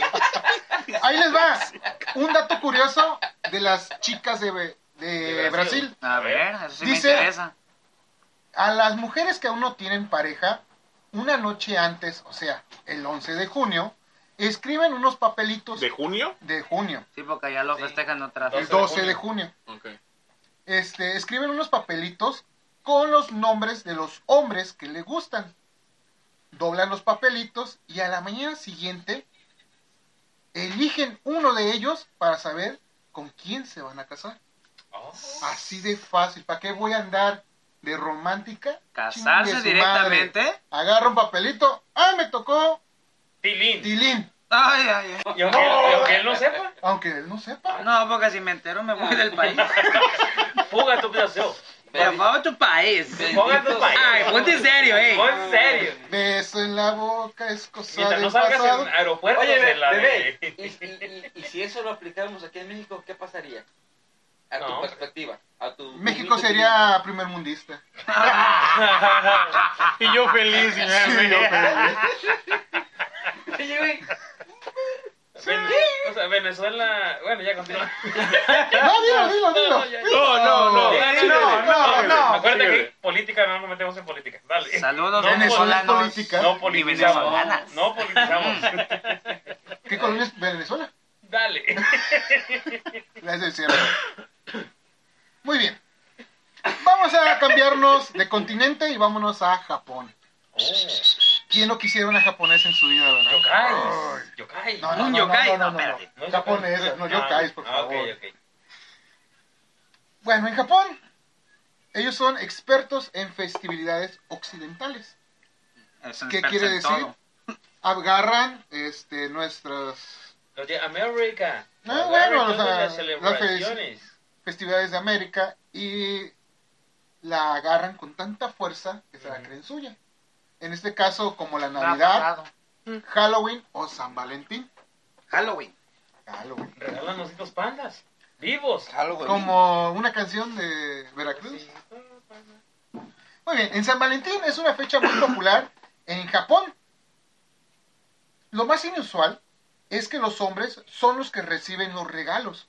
S5: Ahí les va. Un dato curioso de las chicas de, de
S3: De Brasil.
S5: Brasil.
S1: a ver, eso sí
S5: Dice-
S1: me interesa.
S5: A las mujeres que aún no tienen pareja, una noche antes, o sea, el 11 de junio, escriben unos papelitos
S2: ¿De
S5: de,
S2: junio?
S5: junio,
S1: Sí, porque ya lo
S6: Sí.
S1: festejan otra
S5: el
S1: vez.
S5: 12 de junio.
S2: Ok.
S5: Este, escriben unos papelitos con los nombres de los hombres que le gustan. Doblan los papelitos y a la mañana siguiente eligen uno de ellos para saber con quién se van a casar.
S3: Oh.
S5: Así de fácil. ¿Para qué voy a andar de romántica? Chingue
S1: ¿Casarse
S5: su
S1: directamente?
S5: madre. Agarra un papelito. Ah, me tocó
S3: Tilín.
S5: Tilín.
S1: Ay, ay, ay.
S3: Y aunque,
S2: No.
S3: y aunque él no sepa,
S5: Aunque él no sepa.
S1: No, porque si me entero me voy del país.
S3: fuga tu pedazo.
S1: Me voy a tu país.
S6: Bendito
S3: Pongan tu país.
S1: Ay, ponte serio, eh.
S3: No, en serio.
S5: Beso en la boca es cosa
S3: Mientras no
S5: del
S3: salgas
S5: pasado.
S3: en aeropuertos
S6: Oye,
S3: de la de-
S6: bebé, y, y- y- y si eso lo aplicáramos aquí en México, ¿qué pasaría? A tu
S3: No.
S6: perspectiva, a tu...
S5: México sería primer mundista.
S2: Y yo feliz.
S5: Sí, yo, pero-
S6: Oye, güey,
S3: Ven- o sea, Venezuela. Bueno, ya continúa.
S5: No, dilo, dilo, dilo.
S3: No, ya, ya.
S2: No, no, no.
S3: No,
S5: no, no, no.
S3: Acuérdate
S2: Síguele.
S3: que política no nos metemos en política. Dale.
S1: Saludos
S3: No,
S5: Venezuela
S1: venezolanos.
S5: política.
S3: No
S1: y
S3: politizamos.
S1: venezolanas.
S3: No
S6: Mm.
S3: politizamos.
S5: ¿Qué colonia es Venezuela?
S3: Dale.
S5: La es del Sierra. Muy bien. Vamos a cambiarnos de continente y vámonos a Japón. ¿Quién no quisiera una japonesa en su vida, verdad?
S3: Oh, Yokais. Yokais.
S5: No, no,
S1: Un
S5: no,
S1: yokai,
S5: no, no,
S1: no,
S5: no, no.
S1: espérate.
S3: ¿No es
S5: Japonesa, no, yokais, por
S3: Ah,
S5: favor.
S3: ok, ok.
S5: Bueno, en Japón, ellos son expertos en festividades occidentales.
S1: Es un
S5: ¿Qué
S1: experto
S5: quiere
S1: en
S5: decir?
S1: todo.
S5: Agarran este, nuestras
S3: Los de América.
S5: No,
S3: Agarra
S5: Ah, bueno, o
S3: todas
S5: sea,
S3: las
S5: las
S3: celebraciones.
S5: festividades de América y la agarran con tanta fuerza que se la
S3: Ujú.
S5: creen suya. En este caso, como la
S1: Está
S5: Navidad,
S1: pasado.
S5: Halloween o San Valentín.
S1: Halloween.
S5: Halloween.
S3: Regalan ositos pandas. Vivos.
S6: Halloween.
S5: Como una canción de Veracruz. Muy bien, en San Valentín es una fecha muy popular en Japón. Lo más inusual es que los hombres son los que reciben los regalos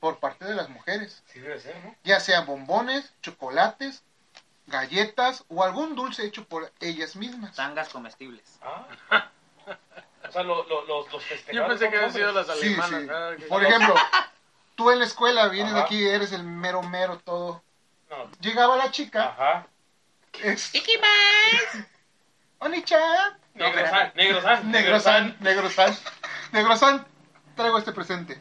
S5: por parte de las mujeres,
S3: Sí debe ser, ¿no?
S5: ya sean bombones, chocolates, galletas o algún dulce hecho por ellas mismas.
S1: Tangas comestibles.
S3: Ah. O sea, lo- lo- los, los festejados.
S4: Yo pensé
S3: son
S4: que habían sido
S3: hombres.
S4: las
S5: Sí,
S4: alemanas.
S5: sí.
S4: ah, que-
S5: Por ejemplo, tú en la escuela vienes
S3: Ajá.
S5: aquí, eres el mero mero todo.
S3: No.
S5: Llegaba la chica,
S3: Ajá.
S5: es... Oni-chan.
S3: Negro San. Negro San.
S5: Negro San, Negro San, Negro San, traigo este presente.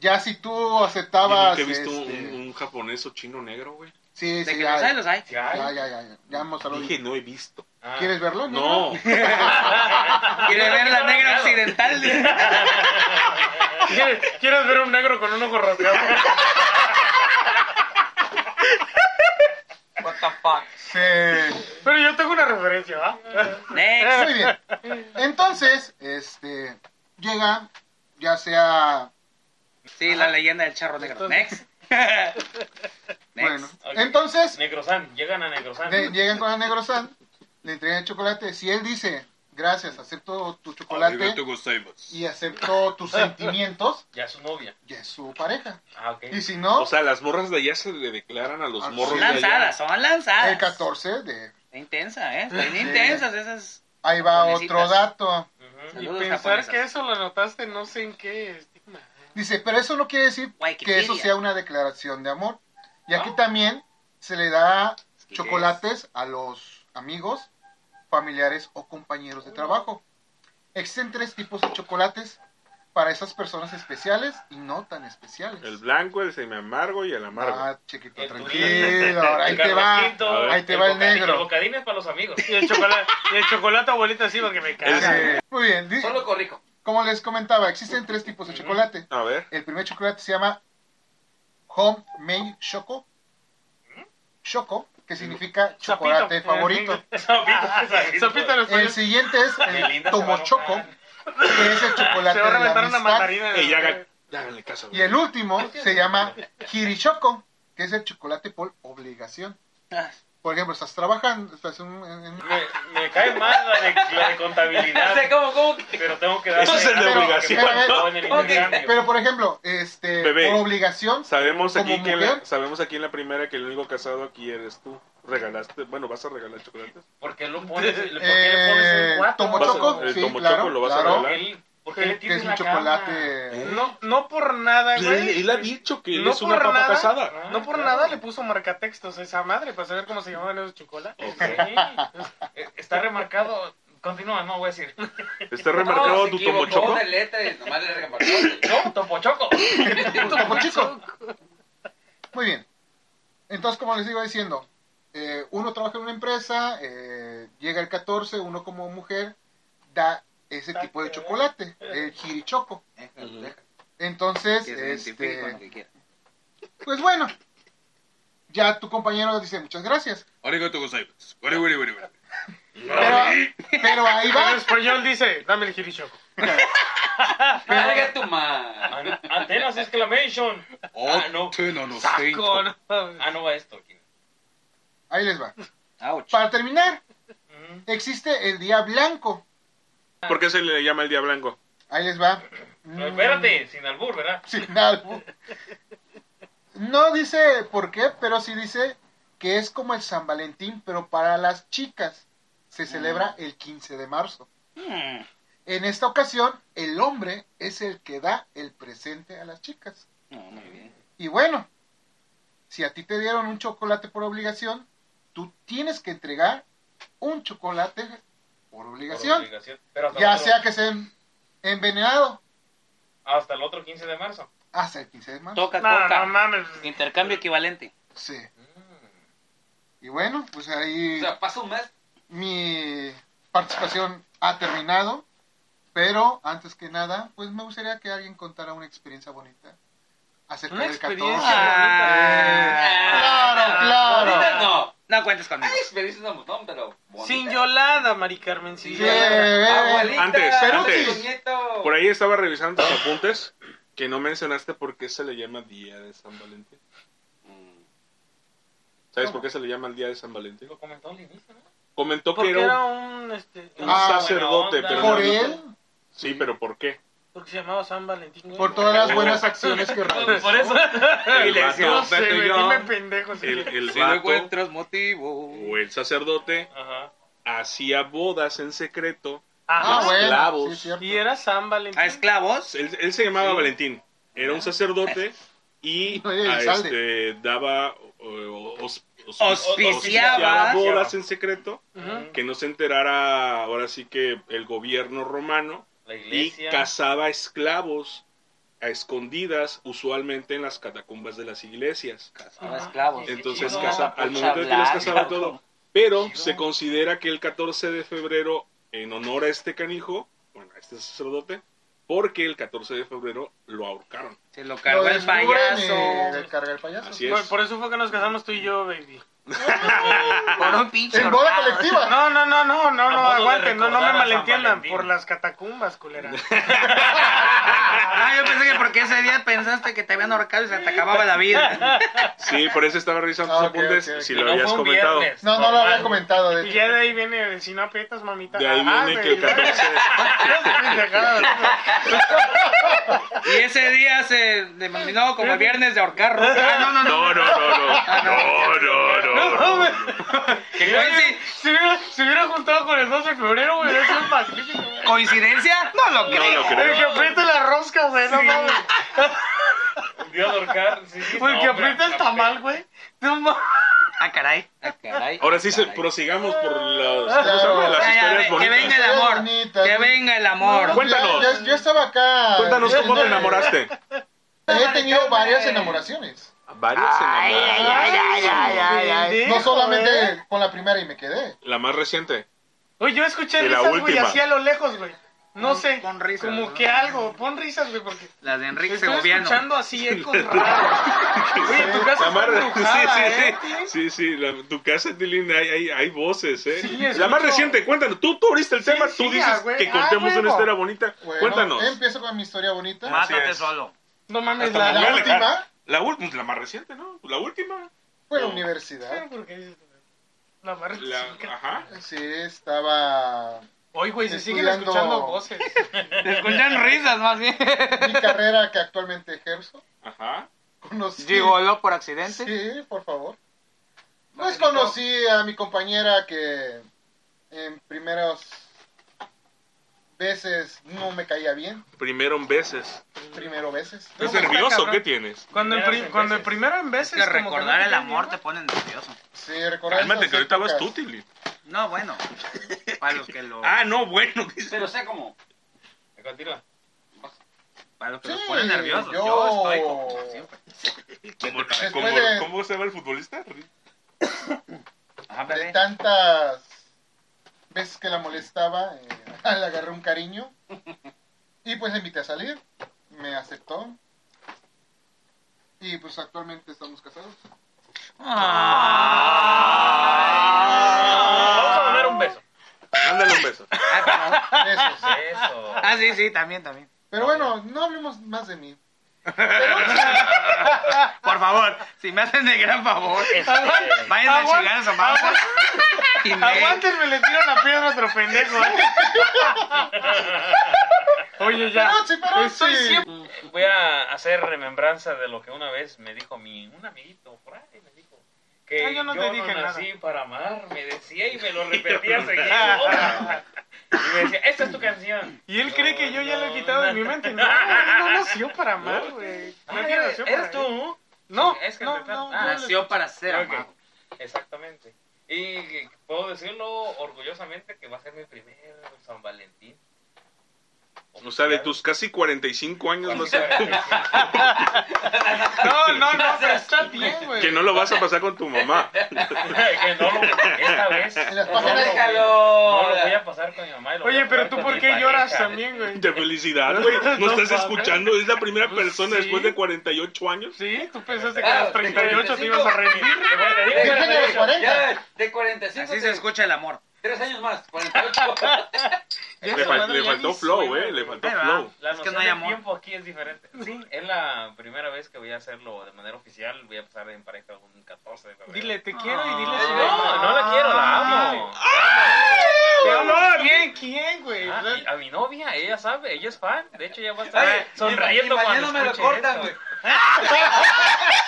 S5: Ya si tú
S2: Yo
S5: aceptabas.
S2: nunca he visto un,
S5: este,
S2: un japonés o chino negro, güey.
S5: Sí,
S1: De
S5: sí,
S1: que los
S5: ya,
S1: hay, los hay.
S3: Sí, ay.
S5: ya, ya, ya, ya, ya hemos hablado.
S2: Dije, no he visto.
S3: Ah.
S5: ¿Quieres verlo?
S2: No.
S1: Quiere ver la negra
S3: Claro.
S1: occidental.
S4: ¿Quieres, quieres ver un negro con un ojo rodeado?
S6: What the fuck.
S5: Sí.
S4: Pero yo tengo una referencia, ¿ah?
S1: Next.
S5: Muy bien. Entonces, este, llega, ya sea,
S1: Sí, la leyenda del charro negro. Next. Next.
S5: bueno.
S3: Ok.
S5: Entonces,
S3: Negro San. Llegan a Negro San.
S5: le- llegan con el Negro San, le entregan el chocolate. Si él dice, gracias, acepto tu chocolate
S2: Arigato gozaimasu.
S5: y acepto tus sentimientos,
S3: Ya su novia.
S5: ya es su pareja.
S3: Ah, ok.
S5: Y si no,
S2: O sea, las morras de allá se le declaran a los
S5: Ah,
S2: morros
S1: Son
S2: de allá.
S1: lanzadas, son lanzadas.
S5: el 14 de...
S1: Está intensa, ¿eh? Están
S5: Sí.
S1: intensas esas.
S5: Ahí va
S1: Japonesitas.
S5: otro dato.
S3: Ujú.
S4: Y
S1: Saludos,
S4: pensar
S1: japonesas.
S4: que eso lo notaste no sé en qué estigma.
S5: Dice, pero eso no quiere decir que
S1: Wikipedia.
S5: eso sea una declaración de amor. Y aquí
S3: Ah.
S5: también se le da
S1: Es que
S5: chocolates a los amigos, familiares o compañeros de trabajo. Existen tres tipos de chocolates. para esas personas especiales y no tan especiales.
S2: El blanco, el semiamargo y el amargo.
S5: Ah, chiquito,
S3: El
S5: tranquilo. ahora ahí te va.
S3: Carlos Quinto,
S5: ahí te va el
S3: bocadín-
S5: negro.
S3: El bocadín es para los amigos.
S4: Y el chocolate, y el chocolate abuelita sí, porque me caga.
S5: Sí. Muy bien. di-
S6: Solo corrico.
S5: Como les comentaba, existen tres tipos de chocolate.
S2: A ver.
S5: El primer chocolate se llama Homemade Choco. Choco, que significa chocolate
S4: Zapito.
S5: favorito.
S3: Sopita,
S4: Sopita en
S3: pues
S4: español.
S5: El siguiente es
S3: Qué
S5: el
S3: linda se va a
S5: Tomochoco,
S3: enojar.
S5: que es el
S4: Se
S5: chocolate
S4: va a
S5: de la
S4: reventar una
S5: amistad.
S4: mandarina. en el-
S2: Ey, ya hagan- ya háganle caso.
S5: Y el último se llama Hirichoco, que es el chocolate por obligación. Por ejemplo, estás trabajando, estás en un- en- en-
S3: Me, me cae mal la de, la de
S6: O sea,
S3: contabilidad.
S6: ¿cómo, cómo? que-
S3: Pero tengo que dar.
S2: Eso es el de obligación,
S5: ¿no?
S6: Ok.
S5: Pero por ejemplo, este
S2: Bebé.
S5: por obligación,
S2: Sabemos
S5: ¿Como
S2: aquí, que en la,
S5: mujer?
S2: sabemos aquí en la primera que el único casado aquí eres tú. Regalaste, bueno, vas a regalar chocolates.
S3: ¿Por qué lo pones? ¿Por qué le pones
S5: eh,
S3: el cuatro?
S5: Tomo
S2: Vas a-
S5: Choco,
S2: el
S5: sí,
S2: Tomo
S5: claro,
S2: Choco lo vas a
S5: claro,
S3: ¿Por
S2: regalar.
S3: qué- ¿Por qué le
S5: que
S3: tienes
S5: es un
S3: la
S5: chocolate.
S4: No, no por nada, Ah,
S5: Pues,
S4: güey.
S2: Él ha dicho que él
S4: No
S2: es una
S4: por
S2: papa
S4: nada.
S2: casada.
S3: cama?
S4: No por
S3: Ah,
S4: nada le puso marcatextos a esa madre para saber cómo se llamaban esos chocolates.
S3: ok. Eh, Está remarcado. Continúa, no voy a decir.
S2: ¿Está
S6: No,
S2: remarcado
S6: se
S2: tu
S6: equivocó
S2: Tomo Choco?
S6: una letra y nomás le remarcó.
S3: No, Topo Choco.
S5: Topo Chico. Muy bien. Entonces, como les iba diciendo, eh, uno trabaja en una empresa, eh, llega el 14, uno como mujer da ese
S4: Da
S5: tipo de
S4: que-
S5: chocolate, el girichoco. Entonces,
S1: Que se identifique con lo
S5: este,
S1: que quiera.
S5: pues bueno, ya tu compañero dice muchas gracias. Pero, pero ahí
S4: En
S5: va.
S4: español dice, dame el girichoco.
S6: Carga tu madre.
S3: An- Atenas exclamation. Ah, no.
S4: Saco, no mames.
S3: Ah, no va esto. aquí.
S5: Ahí les va.
S1: Ouch.
S5: Para terminar,
S3: Mm.
S5: existe el día blanco.
S2: ¿Por qué se le llama el día blanco?
S5: Ahí les va.
S3: Pero
S5: Mm.
S3: espérate, sin albur, ¿verdad?
S5: sin álbum. No dice por qué, pero sí dice que es como el San Valentín, pero para las chicas. Se celebra el 15 de marzo.
S1: Mm,
S5: En esta ocasión, el hombre es el que da el presente a las chicas.
S1: No, muy bien.
S5: Y bueno, si a ti te dieron un chocolate por obligación, tú tienes que entregar un chocolate por
S3: Por
S5: obligación.
S3: obligación. Pero hasta, el
S5: Ya
S3: otro,
S5: sea que sea en- envenenado
S3: hasta el otro 15 de marzo.
S5: hasta el 15 de marzo.
S1: Toca,
S4: No,
S1: toca.
S4: no mames.
S1: Intercambio equivalente.
S5: Sí.
S3: Mm.
S5: Y bueno, pues
S6: O
S5: ahí...
S6: sea, pasa un mes.
S5: mi participación ha terminado, pero antes que nada, pues me gustaría que alguien contara una experiencia bonita acerca
S4: Una
S5: del 14.
S4: experiencia.
S5: Claro, claro.
S6: Ah, Ahorita no.
S1: No cuentes conmigo.
S6: Hay experiencias un montón, pero. bonita.
S4: Sin Yolanda, Mari Carmen. Sin
S5: Sí,
S4: Yolanda.
S5: eh,
S6: Abuelita,
S2: Antes,
S6: Pero
S2: antes.
S6: su nieto.
S2: Por ahí estaba revisando tus apuntes que no mencionaste por qué se le llama Día de San Valentín.
S6: Mm,
S2: ¿Sabes por qué se le llama el Día de San Valentín?
S3: Lo comentó al inicio, ¿no?
S2: Comentó que
S4: Porque
S2: era un-
S4: era un, este,
S2: un
S5: Ah,
S2: sacerdote,
S3: buena onda.
S2: pero no-
S5: por él,
S2: Sí, pero ¿por qué?
S4: porque se llamaba San Valentín. güey.
S5: por todas las buenas acciones que realizó.
S4: Por eso.
S2: El
S4: No
S2: vato,
S4: sé, güey, dime pendejo. sí.
S2: el, el
S7: Si no
S2: vato
S7: encuentras motivo.
S2: o el sacerdote
S4: Ah.
S3: Ajá.
S2: hacía bodas en secreto.
S4: Ajá.
S5: Ah, bueno,
S2: esclavos.
S5: sí, es cierto.
S4: Y era San Valentín.
S2: Ah,
S1: ¿A esclavos?
S2: Él, él se llamaba Valentín, era un sacerdote y
S5: Oye,
S2: a,
S5: Elizalde.
S2: este, daba o- o- os- os-
S1: Auspiciaba.
S2: auspiciaba bodas en secreto
S4: Ujú.
S2: que no se enterara ahora sí que el gobierno romano
S3: La
S2: y
S3: iglesia.
S2: cazaba esclavos a escondidas usualmente en las catacumbas de las iglesias.
S1: Cazaba esclavos. pues
S2: Entonces,
S3: chido.
S2: caza- al
S1: Mucha
S2: momento de que los
S1: blanca.
S2: cazaba todo. Pero
S3: Chido.
S2: se considera que el 14 de febrero, en honor a este canijo, bueno, a este sacerdote, porque el 14 de febrero lo ahorcaron.
S1: Se lo
S5: Lo
S1: cargó el
S5: descubren y
S1: payaso.
S5: le carga el payaso.
S2: Así
S4: Por-
S2: es.
S4: Por eso fue que nos casamos tú y yo, baby.
S1: Por un pinche.
S5: En boda
S1: ahorcado.
S5: colectiva.
S4: No, no, no, no, no, no,
S3: modo de
S4: aguanten, no, no
S3: recordar
S4: me
S3: a San
S4: malentiendan.
S3: Valentín.
S4: Por las catacumbas, culera.
S1: Ah, yo pensé que porque ese día pensaste que te habían ahorcado y se te acababa la vida.
S2: Sí, por eso estaba revisando tus
S5: Ah, ok,
S2: apuntes,
S5: ok, ok.
S2: si
S3: Que
S2: lo
S3: no
S2: habías
S3: fue un
S2: comentado.
S3: viernes,
S5: No, no lo
S3: normal.
S5: había comentado. De
S4: Y
S5: hecho.
S4: ya de ahí viene el si no aprietas, mamita. Ah,
S2: De ahí
S4: Ajá,
S2: viene que
S4: güey.
S2: el 14
S4: Esas pendejadas.
S1: Y ese día se denominó como el viernes de ahorcar. ruca. Ah, no, no, no.
S2: No, no, no, no. No, no, no.
S4: No, güey.
S1: Que coinci-
S4: Se hubiera, se hubiera juntado con el 12 de febrero, güey. Eso es magnífico, güey.
S1: ¿Coincidencia? No lo
S2: No
S1: creo.
S2: lo
S4: El que
S2: creo.
S4: aprieta la rosca, güey, no mames.
S3: Un día de ahorcar. Sí, sí,
S4: Güey, el que
S3: no, hombre,
S4: aprieta el
S3: aparte.
S4: tamal, güey. No mames.
S1: Ah, caray. Ah, caray. caray.
S2: Ahora sí, se-
S1: Caray.
S2: prosigamos por las,
S4: Claro.
S2: ¿cómo se llama? las
S1: Ya, ya,
S2: historias
S1: ve- que
S2: bonitas.
S1: venga el amor.
S5: Bonitas.
S1: Que venga el amor.
S5: No,
S2: Cuéntanos.
S5: Yo, yo- yo estaba acá.
S2: Cuéntanos
S5: yo-
S2: cómo te
S5: no,
S2: enamoraste.
S5: He tenido varias enamoraciones.
S2: Varios enamorados.
S5: No
S4: Hijo, ¿eh?
S5: solamente con la primera y me quedé.
S2: La más reciente.
S4: Oye, yo escuché
S2: Y la
S4: risas, güey,
S2: última.
S4: así a lo lejos, güey. No
S1: Pon-
S4: sé.
S1: pon risas,
S4: Como
S1: ¿no?
S4: que algo. Pon risas, güey, porque.
S1: La de Enrique
S4: estoy
S1: Segoviano.
S4: escuchando así ecos raros. Güey, tu casa
S2: La
S4: está
S2: más re-
S4: embrujada, ¿eh?
S2: sí, sí, sí, sí, sí, la- tu casa, Tilín, hay, hay, hay voces, ¿eh?
S4: Sí,
S2: la más
S4: escucho.
S2: reciente, cuéntanos. Tú, tú abriste el
S4: Sí,
S2: tema,
S4: sí,
S2: tú
S4: ah,
S2: dices
S4: güey.
S2: que
S4: Ah,
S2: contemos una
S4: huevo.
S2: historia bonita.
S5: Bueno,
S2: cuéntanos.
S5: Empiezo con mi historia bonita.
S2: Más- Así
S1: Mátate
S2: es.
S1: solo.
S4: No mames,
S2: Hasta
S4: la,
S2: me voy a
S4: la
S5: la
S2: alejar.
S5: última.
S2: La, ul- pues, la más reciente, ¿no? La última.
S5: Fue la
S2: No.
S5: universidad.
S4: porque la más
S2: La, ah.
S4: rica.
S2: ajá.
S5: Sí, estaba.
S4: Hoy, güey, se siguen
S5: Estudiando-
S4: escuchando voces.
S1: Se escuchan risas más bien.
S5: Mi carrera que actualmente ejerzo.
S2: Ajá.
S5: Conocí.
S1: Gigoló por accidente.
S5: Sí, por favor. Pues conocí a mi compañera que en primeras veces no me caía bien.
S2: Primero en veces.
S5: Primero veces.
S2: ¿Estás
S4: pues, está,
S2: nervioso?
S4: cabrón?
S2: ¿Qué tienes?
S4: Cuando, en,
S3: Primeras
S4: pri- cuando en
S3: veces.
S4: primero en veces.
S1: Es que
S4: como no
S1: recordar
S4: te
S1: el
S4: cae
S1: amor
S4: bien,
S1: te pone nervioso.
S5: Sí, recordar.
S2: Cálmate,
S5: esas
S2: que ahorita vas
S5: épocas.
S2: tú, Tilín.
S1: No, bueno. Para los que lo,
S2: Ah, no, bueno. dice.
S6: Pero sé cómo.
S3: Continúa.
S1: para los que
S5: Sí,
S1: lo ponen nerviosos. Yo,
S5: yo-
S1: estoy como siempre.
S2: Como,
S5: Después
S2: como-
S5: de-
S2: ¿Cómo se llama el futbolista?
S1: Ajá,
S5: De
S1: bebé.
S5: tantas veces que la molestaba, eh, le agarré un cariño. Y pues la invité a salir. Me aceptó. Y pues actualmente estamos casados.
S1: Ah.
S4: Ah.
S3: Vamos a mandar un beso.
S2: Mándale un beso.
S1: Ah,
S5: Besos.
S3: Beso.
S1: ah, sí, sí, también, también.
S5: Pero bueno, no hablemos más de mí.
S1: Por favor, si me hacen el gran favor,
S3: Este,
S1: vayan a
S4: Aguanta-
S1: chingar a su madre. Y
S4: ¿no?
S1: me-
S4: Aguántenme, le tiro la piedra a otro pendejo. ¿eh? Oye, ya.
S5: Peroxi, Peroxi.
S4: Estoy siempre.
S3: voy a hacer remembranza de lo que una vez me dijo mi un amiguito por ahí me dijo que
S4: Ah,
S3: yo no, te dije
S4: nada.
S3: nací para amar me decía y me lo repetía seguido y me decía esta es tu canción
S4: Y él cree que yo ya lo he
S3: No,
S4: quitado de
S3: no.
S4: mi mente. No, güey, no nació para amar, güey.
S3: Ah,
S4: No
S3: eres,
S4: nació para
S3: eres
S4: él.
S3: tú
S4: No,
S3: Es que
S4: no,
S3: te-
S4: no,
S3: Ah,
S4: no le-
S1: Nació para ser
S3: Creo que-
S1: amado.
S3: exactamente y que puedo decirlo orgullosamente que va a ser mi primer San Valentín
S2: O sea, de tus casi 45 años, no sé,
S4: No, no, no, pero está bien, güey.
S2: que no lo vas a pasar con tu mamá.
S3: que no lo, esta vez
S5: En las
S3: no lo- no
S5: páginas-
S3: lo
S6: pues, Déjalo.
S3: voy a pasar con mi mamá y lo voy
S4: Oye,
S3: a
S4: pero
S3: pasar
S4: tú
S3: con
S4: por
S3: mi
S4: qué lloras
S3: pareja.
S4: también, güey.
S2: De felicidad, güey.
S4: No
S2: No estás
S4: mames.
S2: escuchando, es la primera persona
S4: sí.
S2: después de 48 años.
S4: Sí, tú pensaste que a los 38 te ibas a
S6: 45.
S4: rendir.
S3: Te voy a
S5: Déjale
S3: decir,
S5: los 40.
S6: Ya, de 45.
S1: Así se escucha el amor.
S6: 3 años más. 48.
S4: Ya
S2: Le,
S4: esa
S2: fal-
S4: madre
S2: le
S4: ya
S2: faltó
S4: ni
S2: flow,
S4: suena,
S2: eh. Le
S4: güey.
S2: faltó
S1: Ahí va.
S2: flow.
S3: La
S1: Es que
S3: noción
S1: no hay
S3: del
S1: amor.
S3: tiempo aquí es diferente. Sí, es la primera vez que voy a hacerlo de manera oficial. Voy a pasar en pareja un 14 de febrero.
S4: Dile, Ah, te quiero y dile
S1: Ah.
S4: si
S3: No, no la quiero, la amo.
S4: Te amo. ¿Quién, quién, güey?
S3: Ah, y a mi novia, ella sabe, ella es fan. De hecho, ya va a estar
S1: Ay,
S3: sonriendo
S6: Y ma- y
S3: cuando
S6: mañana me lo
S3: escuche
S6: cortan,
S3: esto.
S6: güey.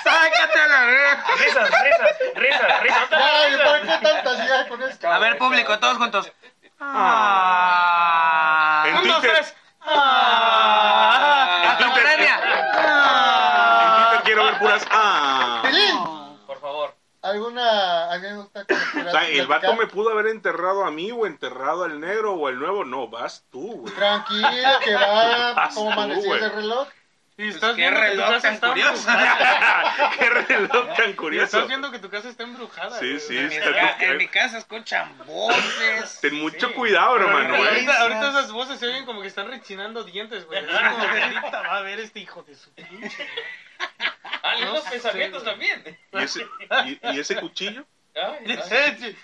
S1: Sácate a la vez.
S3: Risas, risas, risas, risas. otra vez
S5: Ay,
S3: risas.
S5: ¿para qué tantas ya con esto?
S1: A ver, público, todos juntos. Ah.
S2: En
S4: Uno,
S2: Twitter,
S4: tres. Ah.
S1: Hasta Ucrania.
S2: en
S1: Ah.
S2: Twitter quiero ver puras. Ah.
S5: Pelín,
S3: Por favor.
S5: ¿Alguna anécdota que me
S2: O
S5: quieras
S2: sea, el vato me
S5: platicar?
S2: pudo haber enterrado a mí o enterrado al negro o al nuevo. No, vas tú, güey.
S5: Tranquilo, que va
S2: Vas
S5: como
S2: tú,
S5: amaneció
S2: Ah, güey.
S5: ese reloj.
S4: Y estás
S1: Qué
S4: viendo que tu
S1: reloj
S4: casa
S1: tan
S4: está
S1: curioso.
S4: embrujada.
S2: Qué reloj tan
S4: Y
S2: curioso.
S4: Estás viendo que tu casa está embrujada.
S2: Sí,
S4: güey.
S2: sí,
S1: En mi-
S2: está bien.
S1: En mi casa escuchan voces.
S2: Ten mucho cuidado,
S4: Pero
S2: hermano, eh.
S4: ahorita, ahorita- ahorita esas voces se oyen como que están rechinando dientes, güey. Así como que ahorita va a ver este hijo de su pinche.
S3: Ah,
S4: No
S3: lindos
S4: sé,
S3: pensamientos
S4: güey.
S3: también.
S2: ¿Y ese, y- y ese cuchillo?
S3: Ay,
S4: Ya
S3: ay,
S4: sé, sí.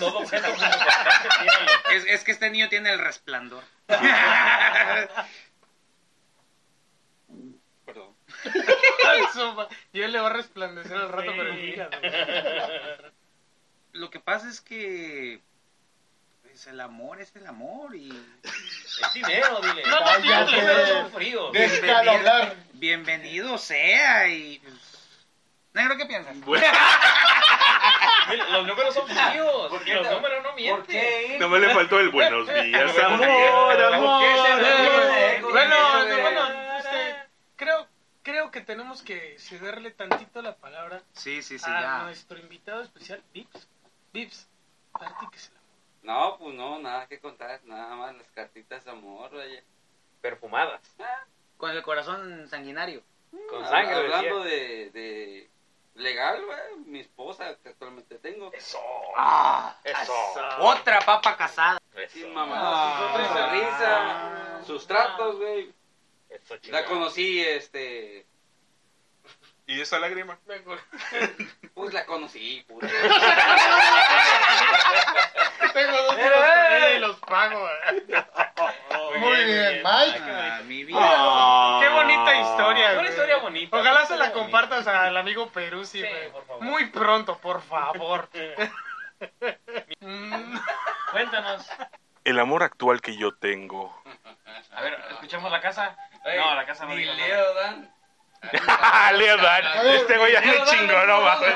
S3: todo objeto muy importante tiene
S1: Es, es que este niño tiene el resplandor.
S6: Perdón.
S4: Al sofá. Y él le va a resplandecer al rato, pero el hígado, güey.
S1: Lo que pasa es que pues, el amor es el amor y
S3: Es dinero, dile.
S4: No, no,
S3: Los
S5: Cállate.
S3: números son fríos.
S5: Déjalo hablar.
S1: bienvenido sea y pues, negro qué piensas?
S2: Bueno,
S3: Mira, Los números son fríos.
S6: ¿Por
S3: Y
S6: qué
S3: los
S6: te-
S3: números no mienten.
S6: ¿Por qué?
S2: no me le faltó el buenos días, amor, amor.
S4: Eh,
S6: Bueno,
S4: Bueno,
S6: eh,
S4: bueno, este, creo, creo que tenemos que cederle tantito la palabra
S1: Sí, sí, sí,
S4: a
S1: ya.
S4: nuestro invitado especial, Vips. Vips, partíquesela.
S2: Ah,
S6: No, pues no, nada que contar, nada más las cartitas de amor, oye.
S3: Perfumadas.
S1: Con el corazón sanguinario.
S3: Con
S6: Hab-
S3: sangre,
S6: Ah, Hablando
S3: decía.
S6: de, de legal, güey, mi esposa que actualmente tengo.
S3: Eso.
S1: ¡Ah!
S3: Eso.
S1: Otra papa casada.
S3: Eso.
S6: Sí, mamá,
S5: Ah.
S6: sus otras risas, sus tratos, güey.
S3: Eso, chingada.
S6: La conocí, este...
S2: Y esa lágrima.
S6: Pues la conocí, puta.
S5: Tengo dos
S4: Mira,
S5: hijos con ella
S4: eh.
S5: y los pago. eh.
S3: Muy
S5: Muy
S3: bien, muy
S5: bien,
S3: bien.
S5: Mike.
S1: ah,
S4: Ah,
S1: mi
S4: Qué
S2: Ah.
S4: bonita historia,
S3: Una
S4: Ah, güey.
S3: historia bonita.
S4: Ojalá
S3: una
S4: se
S3: historia
S4: la
S3: bonita.
S4: compartas al amigo Peruzzi,
S3: Sí,
S4: güey.
S3: por favor.
S4: Muy pronto, por favor. Mm,
S3: Cuéntanos.
S2: El amor actual que yo tengo.
S3: A ver, escuchamos la casa. no, la casa no diga nada.
S6: Leo Dan.
S2: Leo Dan. Este güey ya me chingó, no mames.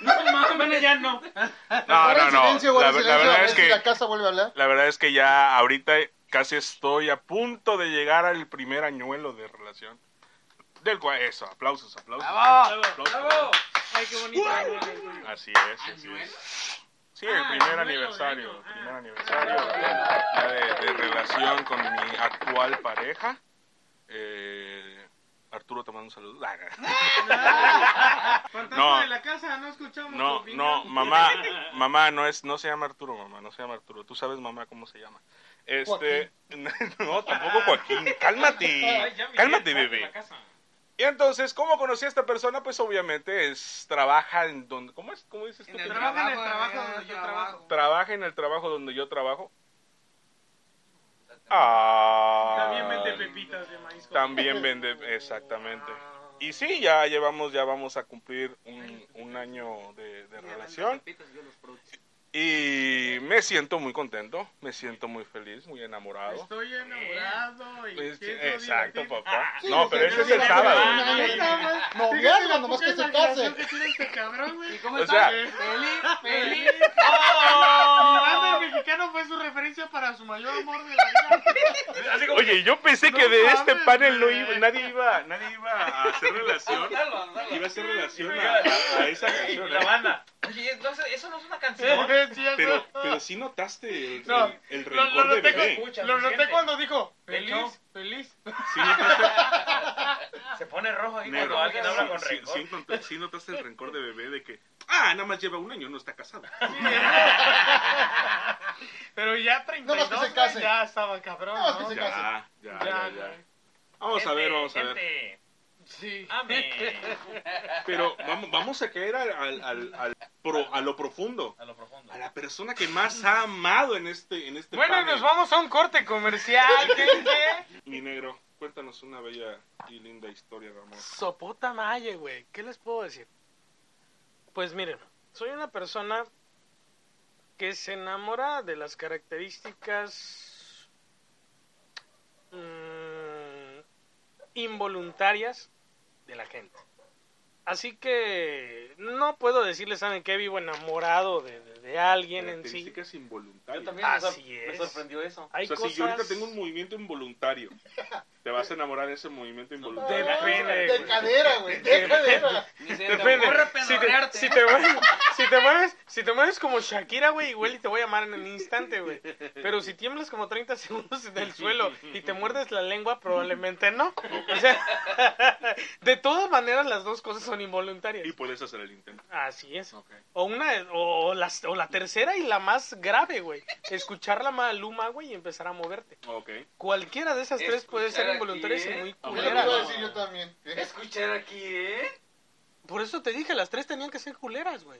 S6: No mames.
S4: Bueno, ya no.
S2: No,
S5: Guarda
S2: no,
S5: el
S2: no.
S5: silencio, guarda
S2: La,
S5: el
S2: la
S5: silencio, a
S2: verdad
S5: ver
S2: es
S5: si
S2: que
S5: la casa vuelve a hablar.
S2: la verdad es que ya ahorita casi estoy a punto de llegar al primer añuelo de relación. Del cual eso, aplausos, aplausos. aplausos.
S4: Ay, qué bonito.
S2: Así es, así es. Sí, el
S5: Ah,
S2: primer aniversario, el primer aniversario ya de, de relación con mi actual pareja. Eh, Arturo te mando un saludo. Ah,
S4: Fantasma
S2: No.
S4: de la casa, no escuchamos tu
S2: No,
S4: opinión.
S2: no, mamá, mamá no es, no se llama Arturo, mamá, no se llama Arturo. Tú sabes, mamá, cómo se llama. Este, no, tampoco Joaquín. Cálmate,
S4: Ay, ya me
S2: cálmate,
S4: dieron
S2: bebé.
S4: la casa.
S2: Y entonces, ¿cómo conocí a esta persona? Pues obviamente es trabaja en donde, ¿cómo es? ¿Cómo dices tú?
S1: En el
S2: que-
S1: trabajo.
S4: Trabaja en el trabajo donde yo trabajo.
S2: trabaja en el trabajo donde yo trabajo. Ah.
S4: También vende pepitas de maíz.
S2: También vende, exactamente. Y sí, ya llevamos, ya vamos a cumplir un, un año de, de relación. Y me siento muy contento, me siento muy feliz, muy enamorado.
S4: Estoy enamorado. Y
S2: Pues,
S4: quiero
S2: Exacto,
S4: divertirme.
S2: papá.
S5: Ah, Sí,
S2: No,
S5: o sea,
S2: pero ese
S5: yo
S2: es el
S5: digo,
S2: sábado.
S5: no, no, no, no, no,
S4: Fíjate
S5: noviazgo,
S4: la
S5: nomás
S4: poca
S5: que se
S4: imaginación
S5: case.
S4: que tiene este cabrón, güey.
S2: O sea,
S1: Feliz, feliz. Oh.
S4: Leonardo el mexicano fue su referencia para su mayor amor de la vida.
S3: Así como
S2: oye, yo pensé que
S4: No
S2: de este
S4: mames,
S2: panel no
S4: güey.
S2: iba, nadie iba, nadie iba a hacer relación. Iba a hacer relación a, a- a esa
S3: que-
S2: canción.
S3: la
S2: ¿eh?
S3: banda. Oye, no sé, eso no es una canción.
S4: Sí, eso.
S2: Pero, pero sí notaste el,
S4: No,
S2: el, el
S4: lo, lo
S2: rencor de
S4: noté, cu-
S2: bebé.
S3: Escucha,
S4: lo
S3: se
S4: noté
S3: siente.
S4: cuando dijo
S3: Chao.
S4: feliz, feliz.
S2: Sí notaste
S3: Se pone rojo ahí
S2: Negro,
S3: cuando alguien
S2: sí,
S3: habla con
S2: sí,
S3: rencor.
S2: sí encontré- sí notaste el rencor de bebé de que, ah, nada más lleva un año, no está casado.
S4: Pero ya 32,
S5: No, no, que se
S4: güey,
S5: case.
S4: ya estaba cabrón,
S5: No, no,
S4: ¿no?
S5: que se-
S2: Ya, ya,
S4: Ya,
S2: ya,
S4: güey.
S2: ya. Vamos a ver, vamos a ver.
S4: Sí.
S3: Amén.
S2: Pero vamos, vamos a caer al, al- al- al pro- a lo profundo.
S3: A lo profundo.
S2: A la persona que más ha amado en este, en este
S4: Bueno, y
S2: panel.
S4: nos vamos a un corte comercial, gente.
S2: Mi negro, cuéntanos una bella y linda historia de amor.
S4: Sopota Maye, güey. ¿Qué les puedo decir? Pues miren, soy una persona que se enamora de las características mm, involuntarias de la gente. Así que no puedo decirles, ¿saben qué? Vivo enamorado de, de- de alguien en sí.
S2: Características involuntarias.
S3: Yo también me sor-
S4: Así
S3: me
S4: es.
S3: sorprendió eso.
S4: Hay
S2: o sea,
S4: cosas...
S2: si yo ahorita tengo un movimiento involuntario, te vas a enamorar de ese movimiento involuntario.
S4: Depende,
S5: De
S4: güey.
S5: cadera, güey. De cadera.
S4: Depende. Si te, si te mueves, si te mueves, si te mueves como Shakira, güey, igual y te voy a amar en un instante, güey. Pero si tiemblas como 30 segundos en el suelo y te muerdes la lengua, probablemente no. O sea, de todas maneras las dos cosas son involuntarias.
S2: Y puedes hacer el intento.
S4: Así es. O una o, o las- o la tercera y la más grave, güey. Escuchar la maluma, güey, y empezar a moverte.
S2: Ah, Ok.
S4: Cualquiera de esas tres puede ser
S6: Escuchar
S4: involuntaria
S6: aquí,
S4: y muy
S6: ¿eh?
S5: Yo lo iba a
S4: culera.
S5: decir yo también. ¿eh?
S6: Escuchar aquí, ¿eh?
S4: Por eso te dije, las tres tenían que ser culeras, güey.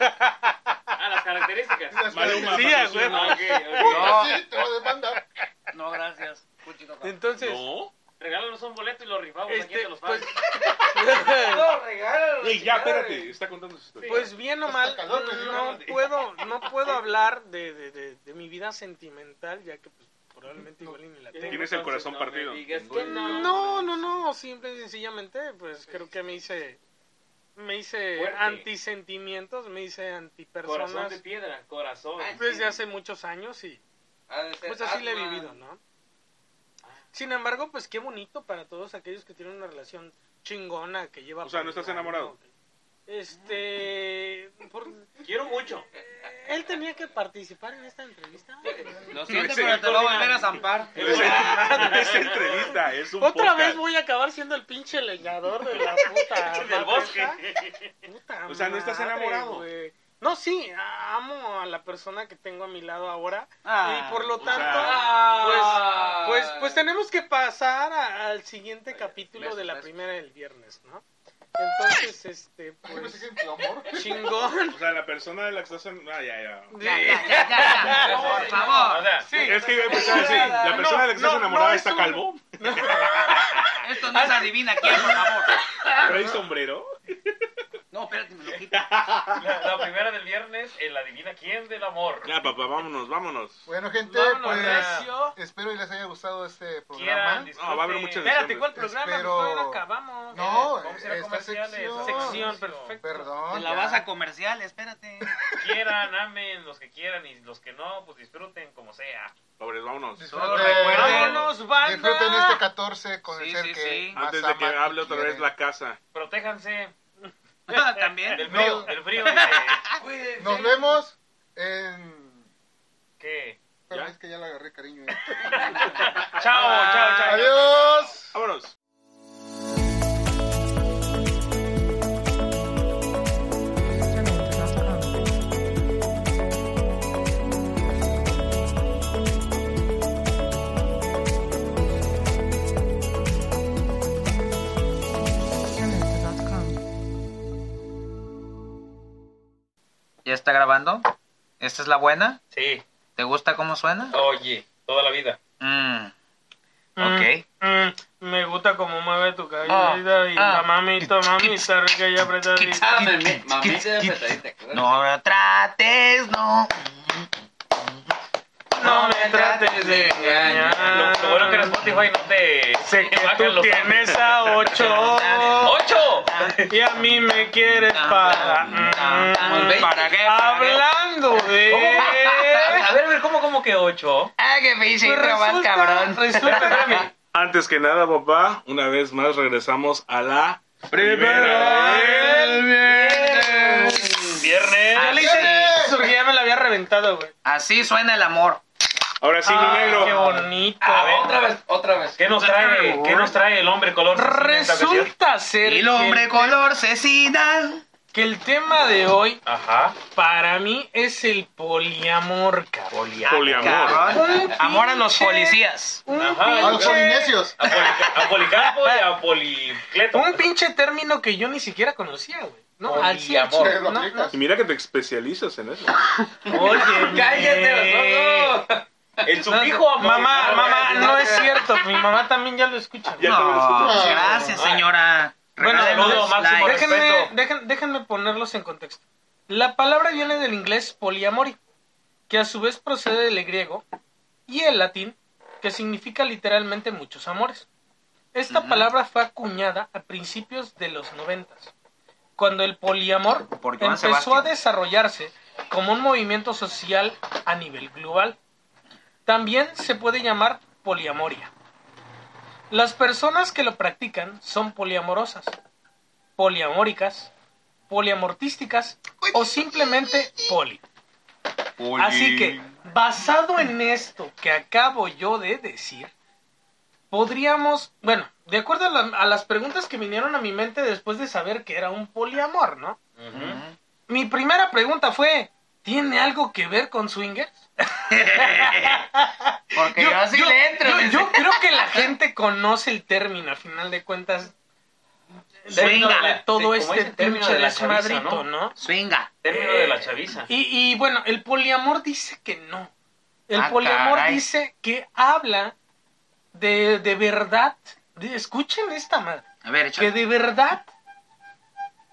S3: Ah, las características.
S5: Las
S2: Maluma,
S4: Sí,
S2: patrocina.
S4: güey.
S3: Ah, ok, ok.
S1: No,
S5: Sí, te voy a demandar.
S1: no, gracias. Un chico acá.
S4: Entonces,
S2: No.
S3: Regálanos un boleto y lo rifamos aquí
S4: Este,
S3: entre los
S4: pues,
S3: fans.
S6: No, regálalo.
S2: Ey, ya,
S6: chingada,
S2: espérate, está contando su historia.
S4: pues bien o mal,
S5: Hasta calor me dio,
S4: no
S5: güey.
S4: puedo, no puedo hablar de, de, de, de mi vida sentimental, ya que pues, probablemente igual y ni la tengo.
S2: Tienes el corazón
S6: No me
S2: partido.
S6: digas que no.
S4: No, no, no, simple y sencillamente, pues creo que me hice, me hice
S3: Fuerte.
S4: antisentimientos, me hice
S3: Corazón de
S4: antipersonas
S3: piedra, corazón.
S6: Ay.
S4: desde hace muchos años y
S6: Ha de ser
S4: pues así le he
S6: Atman.
S4: vivido, ¿no? Sin embargo, pues qué bonito para todos aquellos que tienen una relación chingona que lleva.
S2: O sea,
S4: por
S2: ¿no estás
S4: el año.
S2: enamorado?
S4: Este. por-
S3: Quiero mucho.
S4: él tenía que participar en esta entrevista.
S1: Lo siento,
S2: ese-
S1: pero te lo voy a volver a zampar.
S2: No es, no es entrevista, es un
S4: Otra
S2: podcast.
S4: vez voy a acabar siendo el pinche leñador de la puta.
S3: Del bosque.
S4: Puta
S2: O sea, ¿no estás
S4: madre,
S2: enamorado?
S4: güey. No, sí, amo a la persona que tengo a mi lado ahora.
S1: Ah,
S4: y por lo
S2: sea,
S4: tanto,
S6: ah.
S4: pues, pues, pues tenemos que pasar a- al siguiente capítulo
S6: beso,
S4: de la
S6: beso.
S4: primera del viernes, ¿no? Entonces, este,
S5: Ay, me
S4: pues,
S5: siguen tu amor.
S4: chingón.
S2: O sea, la persona de la que estás en... Ah, ya, ya.
S1: Ya, ya, ya, ya, ya, por
S3: O
S1: favor.
S3: sea,
S4: Este,
S2: Es que iba a empezar así. La
S4: No,
S2: persona de la que estás
S4: no,
S2: enamorada
S4: no, es
S2: está
S4: un-
S2: calvo,
S1: Esto no es adivina quién, por favor.
S4: Ah.
S2: trae sombrero.
S1: No, espérate, me lo quito.
S3: la, la primera del viernes, el adivina quién del amor.
S2: Ya, papá, vámonos, vámonos.
S5: Bueno, gente,
S4: Vámonos,
S5: pues
S4: recio.
S5: espero y les haya gustado este
S3: Quieran,
S5: programa.
S3: disfruten.
S2: No, Ah, va a haber muchas-
S4: Espérate, ¿cuál programa? Pues
S5: Espero-
S4: todavía no acabamos.
S5: No,
S3: Vamos a ir a
S5: esta
S3: comerciales,
S5: sección.
S3: a
S4: Sección, perfecto.
S1: Te
S5: Perdón.
S1: la
S5: ya.
S1: vas a comercial, espérate.
S3: Quieran, amen, los que quieran y los que no, pues disfruten como sea.
S2: Pobres, vámonos.
S5: Disfruten-
S1: Solo recuerden-
S4: Vámonos, banda.
S5: Disfruten este 14 con
S1: Sí,
S5: el ser
S1: sí,
S5: que
S1: sí.
S5: más
S2: Antes de que
S5: aman y
S2: hable otra vez
S5: quieren.
S2: la casa.
S3: Protéjanse del
S1: También.
S3: frío, del frío. dice.
S5: Nos vemos en...
S3: ¿Qué?
S5: Pero
S2: ¿Ya?
S5: es que ya la agarré cariño. eh.
S3: Chao, chao, chao.
S5: Adiós.
S2: Vámonos.
S7: Terminator.com. Terminator.com.
S1: ¿Ya está grabando? ¿Esta es la buena?
S3: Sí,
S1: ¿Te gusta cómo suena?
S3: oye, toda la vida.
S1: Mm,
S4: Mm.
S1: ok.
S4: Mm, me gusta cómo mueve tu cabellita
S1: Ah,
S4: y
S1: ah.
S4: la mamita, mami está rica y apretadita.
S6: Ah, mami, mami, te apretadita, ¿acuerdas?
S1: No me trates, no.
S4: No me trates de engañar.
S3: Lo, lo bueno que en Spotify no te.
S4: Sé que
S3: te bajan
S4: tú
S3: los-
S4: tienes a ocho
S3: ¡Ocho!
S4: y a mí me quieres para.
S1: Mm, Tan,
S4: Mm,
S1: tan, ¿Para qué? ¿Para qué?
S4: Hablando de.
S3: A ver, a ver, ¿cómo, cómo que ocho?
S1: Ah, qué pinche
S4: Pues
S1: intro más
S4: resulta-
S1: cabrón.
S4: Resulta, espérame,
S2: Antes que nada, papá, una vez más regresamos a la primera.
S3: Viernes.
S4: yo le hice eso porque ya me la había reventado, güey.
S1: Así suena el amor.
S2: Ahora sí, mi
S4: Ay, Ah, Qué
S2: negro.
S4: bonito.
S3: A ver,
S6: Otra vez, otra vez.
S3: ¿Qué nos trae, ¿qué nos trae el hombre color?
S4: Resulta ser
S1: El hombre
S4: que,
S1: color cecina.
S4: que el tema de hoy
S3: Ajá.
S4: para mí es el poliamor, cabrón.
S2: Poliamor.
S1: Cabrón.
S4: Un
S1: Amor a los
S4: pinche-
S1: policías.
S4: Un
S3: Ajá,
S5: A los
S4: pinche-
S5: polinesios.
S3: A, poli- a policarpo y a policleto.
S4: Un pinche término que yo ni siquiera conocía, güey. No,
S3: Poliamor.
S4: al sí, al chile,
S5: Lo
S4: no,
S5: aplicas.
S2: Y mira que te especializas en eso.
S4: no. Oye,
S6: ¡Cállate los ojos!
S3: El sufijo amor.
S4: Mamá, mamá,
S6: no,
S4: no
S6: no,
S4: es
S6: no.
S4: cierto. Mi mamá también ya lo escucha.
S2: Ya.
S1: No,
S5: escucho.
S1: gracias, señora.
S4: Bueno,
S1: Regálenos
S3: saludo, máximo
S1: likes.
S3: respeto.
S4: Déjenme, dejen- déjenme ponerlos en contexto. La palabra viene del inglés poliamori, que a su vez procede del griego, y el latín, que significa literalmente muchos amores. Esta
S1: Ujú.
S4: palabra fue acuñada a principios de los noventas, cuando el poliamor
S1: Por Joan
S4: empezó a
S1: Sebastián.
S4: desarrollarse como un movimiento social a nivel global. También se puede llamar poliamoria. Las personas que lo practican son poliamorosas, poliamóricas, poliamortísticas o simplemente poli. Así que, basado en esto que acabo yo de decir, podríamos, bueno, de acuerdo a, la- a las preguntas que vinieron a mi mente después de saber que era un poliamor, ¿no?
S3: Ujú.
S4: Mi primera pregunta fue, ¿tiene algo que ver con swingers?
S1: Porque yo, así
S4: yo-
S1: le entro.
S4: yo-
S1: dice.
S4: yo creo que la gente conoce el término, a final de cuentas, dentro
S1: Swinga.
S4: de todo
S3: Sí, como
S4: este
S3: ese término
S4: pinche
S3: de la chaviza,
S4: desmadrito,
S3: ¿no?
S4: ¿no?
S1: Swinga.
S3: Término de la chaviza.
S4: Y, y, bueno, el poliamor dice que no. El
S1: Ah,
S4: poliamor
S1: caray.
S4: dice que habla de, de verdad. de- escuchen esta madre.
S1: A ver,
S4: Que
S1: échale.
S4: de verdad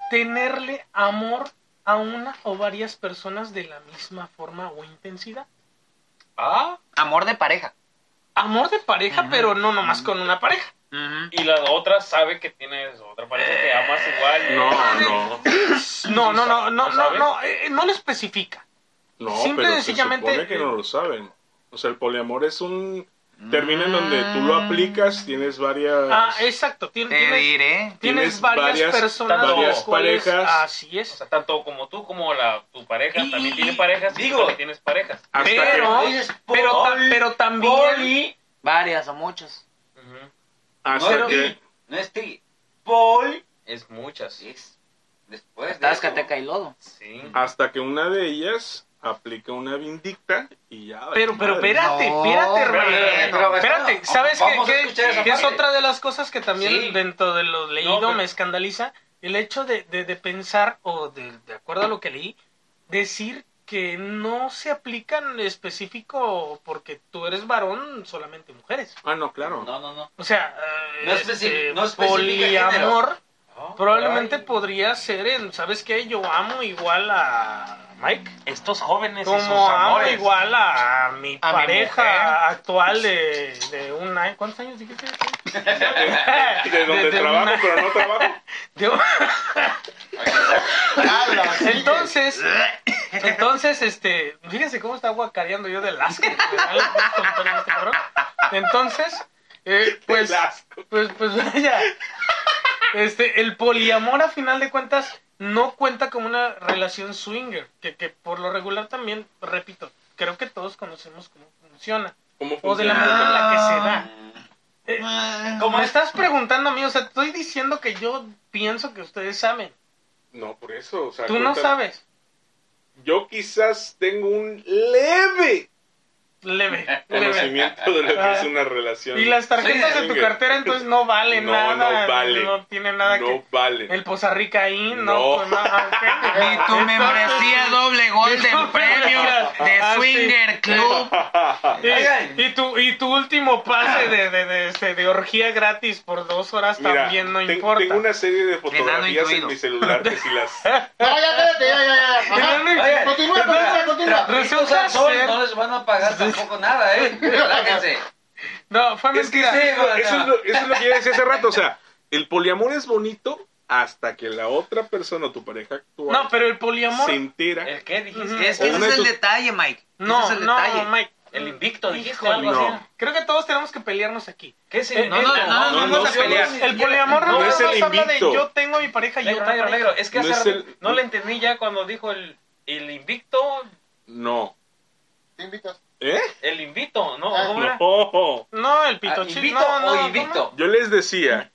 S4: tenerle amor a una o varias personas de la misma forma o intensidad.
S3: Ah,
S1: Amor de pareja.
S4: Amor de pareja,
S1: Ujú.
S4: pero no nomás con una pareja.
S1: Ujú.
S3: y la otra sabe que tienes otra pareja que amas igual.
S2: No, no.
S4: No, no, no, no,
S3: ¿No
S4: no,
S3: sabe?
S4: no, eh, no lo especifica.
S2: No,
S4: Simple y
S2: pero se
S4: sencillamente-
S2: supone que no lo saben. O sea, el poliamor es un Termina en donde tú lo aplicas, tienes varias...
S4: Mm. Ah,
S3: Pues,
S4: exacto. Tien-
S1: Te
S4: tienes,
S1: diré.
S4: tienes
S2: Tienes
S4: varias,
S2: varias-
S4: personas. de
S3: varias
S4: las cuales-
S2: parejas.
S4: Así
S3: O
S4: es.
S3: sea, tanto como tú como la, tu pareja
S4: Y-
S3: también
S4: y-
S3: tiene
S4: y-
S3: parejas. y
S6: digo-
S3: tú también tienes parejas.
S2: hasta que-
S4: pero- Pero, ta-
S6: poli-
S4: pero también.
S6: poli-
S1: Varias o muchas.
S3: Ujú.
S2: hasta
S6: no,
S2: que-
S6: tri, no es tri, pol
S3: Es muchas. Sí.
S6: es después
S4: Este,
S6: de
S1: Estás
S6: eso,
S1: cateca y lodo.
S2: hasta que una de ellas aplica una vindicta y ya.
S4: Pero, pero
S2: madre.
S4: espérate,
S1: No,
S4: espérate,
S1: pero-
S4: hermano.
S6: pero-
S4: Espérate,
S6: pero-
S4: ¿sabes qué,
S6: vamos a
S4: qué-
S6: escuchar esa
S4: qué es
S6: parte.
S4: otra de las cosas que también
S6: Sí.
S4: dentro de lo leído
S3: pero-
S4: me escandaliza? El hecho de, de- de pensar, o de, de acuerdo a lo que leí, decir que no se aplican específico porque tú eres varón, solamente mujeres.
S2: Ah, no, claro.
S6: No, no, no.
S4: O sea, eh,
S6: No especi-
S4: este,
S6: no especifica género.
S4: poliamor
S3: Ah,
S4: probablemente
S3: caray.
S4: podría ser en, ¿sabes qué? Yo amo igual a Mike.
S3: Estos jóvenes y sus
S4: Como amo
S3: amores.
S4: igual a mi
S1: A mi
S4: pareja
S3: mujer.
S4: actual de, de un año. ¿Cuántos años dijiste?
S2: De donde
S4: de
S2: trabajo,
S4: una-
S2: pero no trabajo.
S4: de un-
S5: Ala, sí,
S4: entonces, entonces, este, fíjense cómo está guacareando yo del asco. que me da el gusto, Antonio, este cabrón. Entonces, eh, pues,
S2: Del asco.
S4: pues, pues vaya, este, el poliamor a final de cuentas no cuenta como una relación swinger, que, que por lo regular también, repito, creo que todos conocemos cómo funciona.
S2: ¿Cómo
S4: O de la
S2: funciona?
S4: manera en la que se da. Eh,
S1: Ah.
S4: Como me estás preguntando a mí, o sea, estoy diciendo que yo pienso que ustedes saben.
S2: No, por eso. O sea,
S4: Tú no
S2: cuenta-
S4: sabes.
S2: Yo quizás tengo un leve
S4: Leve. leve.
S2: conocimiento de lo que es una relación.
S4: Y las tarjetas de tu
S2: Swinger.
S4: cartera entonces no valen
S2: No,
S4: nada.
S2: no valen.
S4: no tiene nada
S2: no
S4: que...
S2: valen.
S4: El Pozarrica ahí, no.
S2: No.
S4: pues, no, ah, ok.
S1: Ni tu
S4: Entonces,
S1: membresía doble gol del premio de
S4: Ah, sí.
S1: Swinger Club.
S4: y- Y, tu, y tu último pase de, de, de, este, de orgía gratis por dos horas
S2: Mira,
S4: también no
S2: ten-
S4: importa.
S2: Tengo una serie de fotografías en
S1: incluido.
S2: mi celular que si las.
S5: No, ya, espérate, ya, ya, ya. Ajá.
S4: Enano incluido.
S5: Oye, Continúa, continúa, continúa.
S4: Resulta
S6: Estos al sol
S4: ser-
S6: no les van a pagar tampoco nada, ¿eh? Relájense.
S4: No, fue
S2: Es que
S4: mentira.
S6: sí.
S2: eso, eso es lo, eso es lo que yo decía hace rato. O sea, el poliamor es bonito hasta que la otra persona o tu pareja actual
S4: No, pero el poliamor...
S2: se entera.
S3: ¿El qué dijiste?
S4: Ujú.
S1: Es que
S2: O
S1: ese
S2: una
S1: es
S2: de
S1: el
S2: tus-
S1: detalle, Mike.
S4: No,
S1: ese es el
S4: no,
S1: detalle.
S4: Mike.
S3: El invicto, dijiste
S4: Híjole.
S3: algo así.
S2: No.
S4: Creo que todos tenemos que pelearnos aquí.
S3: ¿Qué
S4: Eh,
S3: significa?
S4: eh,
S1: no, no, no,
S2: no, no, no, no,
S4: El poliamor no,
S2: No es
S4: nada más
S2: el
S4: habla de
S2: invicto.
S4: yo tengo a mi pareja y yo
S3: Negro,
S4: otra
S3: negro,
S4: pareja.
S3: negro. Es que
S2: No
S3: hace
S2: es
S3: rato
S2: el-
S3: no le entendí ya cuando dijo el, el invicto,
S2: No.
S5: Te invitas.
S2: ¿Eh?
S3: el invito, ¿no?
S5: Ah,
S3: ¿Cómo
S2: No.
S3: era?
S4: No, el
S6: Ah,
S4: pitochín.
S6: ¿Invicto
S4: no, no,
S6: o invicto?
S2: Yo les decía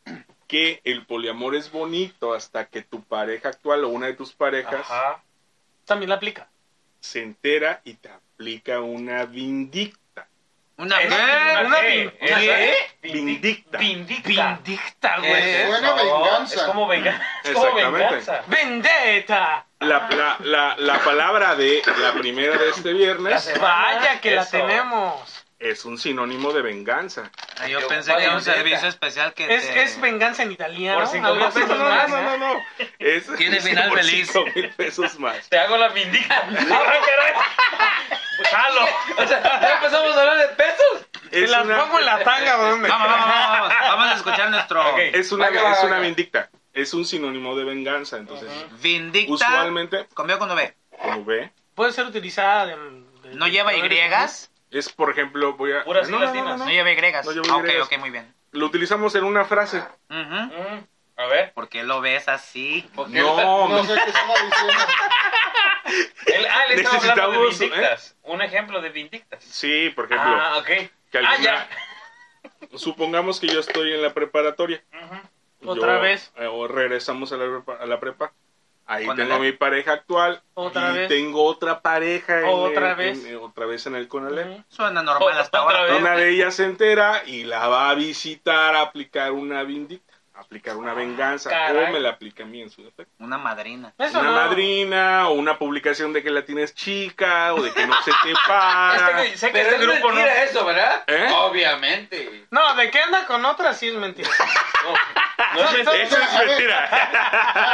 S2: que el poliamor es bonito hasta que tu pareja actual o una de tus parejas
S3: Ajá.
S4: ¿cómo? También la aplica.
S2: se entera y te aplica una vindicta.
S1: Una
S3: Ah, Es
S1: vez.
S4: Ah, una
S3: ¿qué?
S4: vin-
S3: Es-
S4: ¿qué?
S2: Vindicta.
S3: Vindicta. Vindicta.
S4: Vindicta,
S6: Eh,
S4: güey.
S5: Buena
S3: No,
S5: venganza.
S3: Es como venganza. Es como
S2: Exactamente.
S3: venganza.
S4: Vendetta.
S2: La, la, la, la palabra de la primera de este
S3: La
S2: viernes
S3: semana,
S4: Vaya que la
S3: eso.
S4: tenemos.
S2: es un sinónimo de venganza.
S1: Ah, Yo pensé que era un servicio especial que
S4: Es,
S1: te-
S4: es venganza en italiano.
S3: Por cinco
S4: algo
S3: mil
S4: así,
S3: pesos
S4: ¿no?
S3: más,
S2: No, no, no. Es,
S1: Tiene final
S2: por
S1: feliz.
S2: cinco mil pesos más.
S3: Te hago la vindicta. Ah, caray. Pues, jalo.
S6: O sea, ya empezamos a hablar de pesos.
S4: Te
S2: Es
S4: las
S2: una-
S4: pongo en la tanga, ¿dónde?
S1: Vamos, vamos, vamos, vamos. Vamos a escuchar nuestro
S3: Ok.
S2: Es una,
S6: Venga,
S2: es
S6: venga.
S2: una vindicta. Es un sinónimo de venganza. Entonces,
S1: Vindicta.
S2: usualmente,
S1: Conmigo cuando ve.
S2: como ve,
S4: Puede ser utilizada de... de-
S1: No lleva
S4: de-
S1: Y.
S2: es por ejemplo, voy a.
S3: Puras
S2: no,
S3: y
S2: no, no, no,
S3: latinas.
S1: No
S2: no.
S1: lleva Y.
S2: No lleva
S1: Ah,
S2: Y.
S1: ok, ok, muy bien.
S2: Lo utilizamos en una frase.
S1: Ujú.
S3: Mm, A ver.
S1: ¿Por qué lo ves así?
S2: No,
S5: No
S2: hombre.
S5: sé qué estaba diciendo.
S3: Él, ah, él estaba hablando de
S2: Necesitamos,
S3: vindictas. Un ejemplo de vindictas.
S2: Sí, por ejemplo,
S3: Ah, ok.
S2: que
S3: Ah,
S2: alguna-
S3: ya.
S2: supongamos que yo estoy en la preparatoria.
S3: Ujú.
S4: Otra
S2: Yo,
S4: vez.
S2: eh, o regresamos a la, prepa- a la prepa. Ahí
S1: Con
S2: tengo a
S1: el-
S2: mi pareja actual.
S4: Otra
S2: y
S4: vez.
S2: tengo otra pareja. en
S4: Otra
S2: el-
S4: vez.
S2: en- otra vez en el Conalep.
S4: Ujú.
S1: Suena normal hasta
S3: Otra
S1: ahora.
S3: vez.
S1: todo.
S2: Una de ellas se entera y la va a visitar a aplicar una vindicta, a aplicar una venganza,
S3: caray.
S2: o me la aplica a mí en su defecto.
S1: Una madrina.
S4: Eso
S2: una
S4: no.
S2: madrina, o una publicación de que la tienes chica, o de que no se te para.
S3: Este, sé que
S6: Pero
S3: este
S6: es
S3: grupo no.
S6: mentira eso, ¿verdad?
S2: ¿Eh?
S4: "Oh,
S6: Obviamente.
S4: No, de que anda con otra sí es mentira.
S3: No es mentira.
S2: Eso es mentira.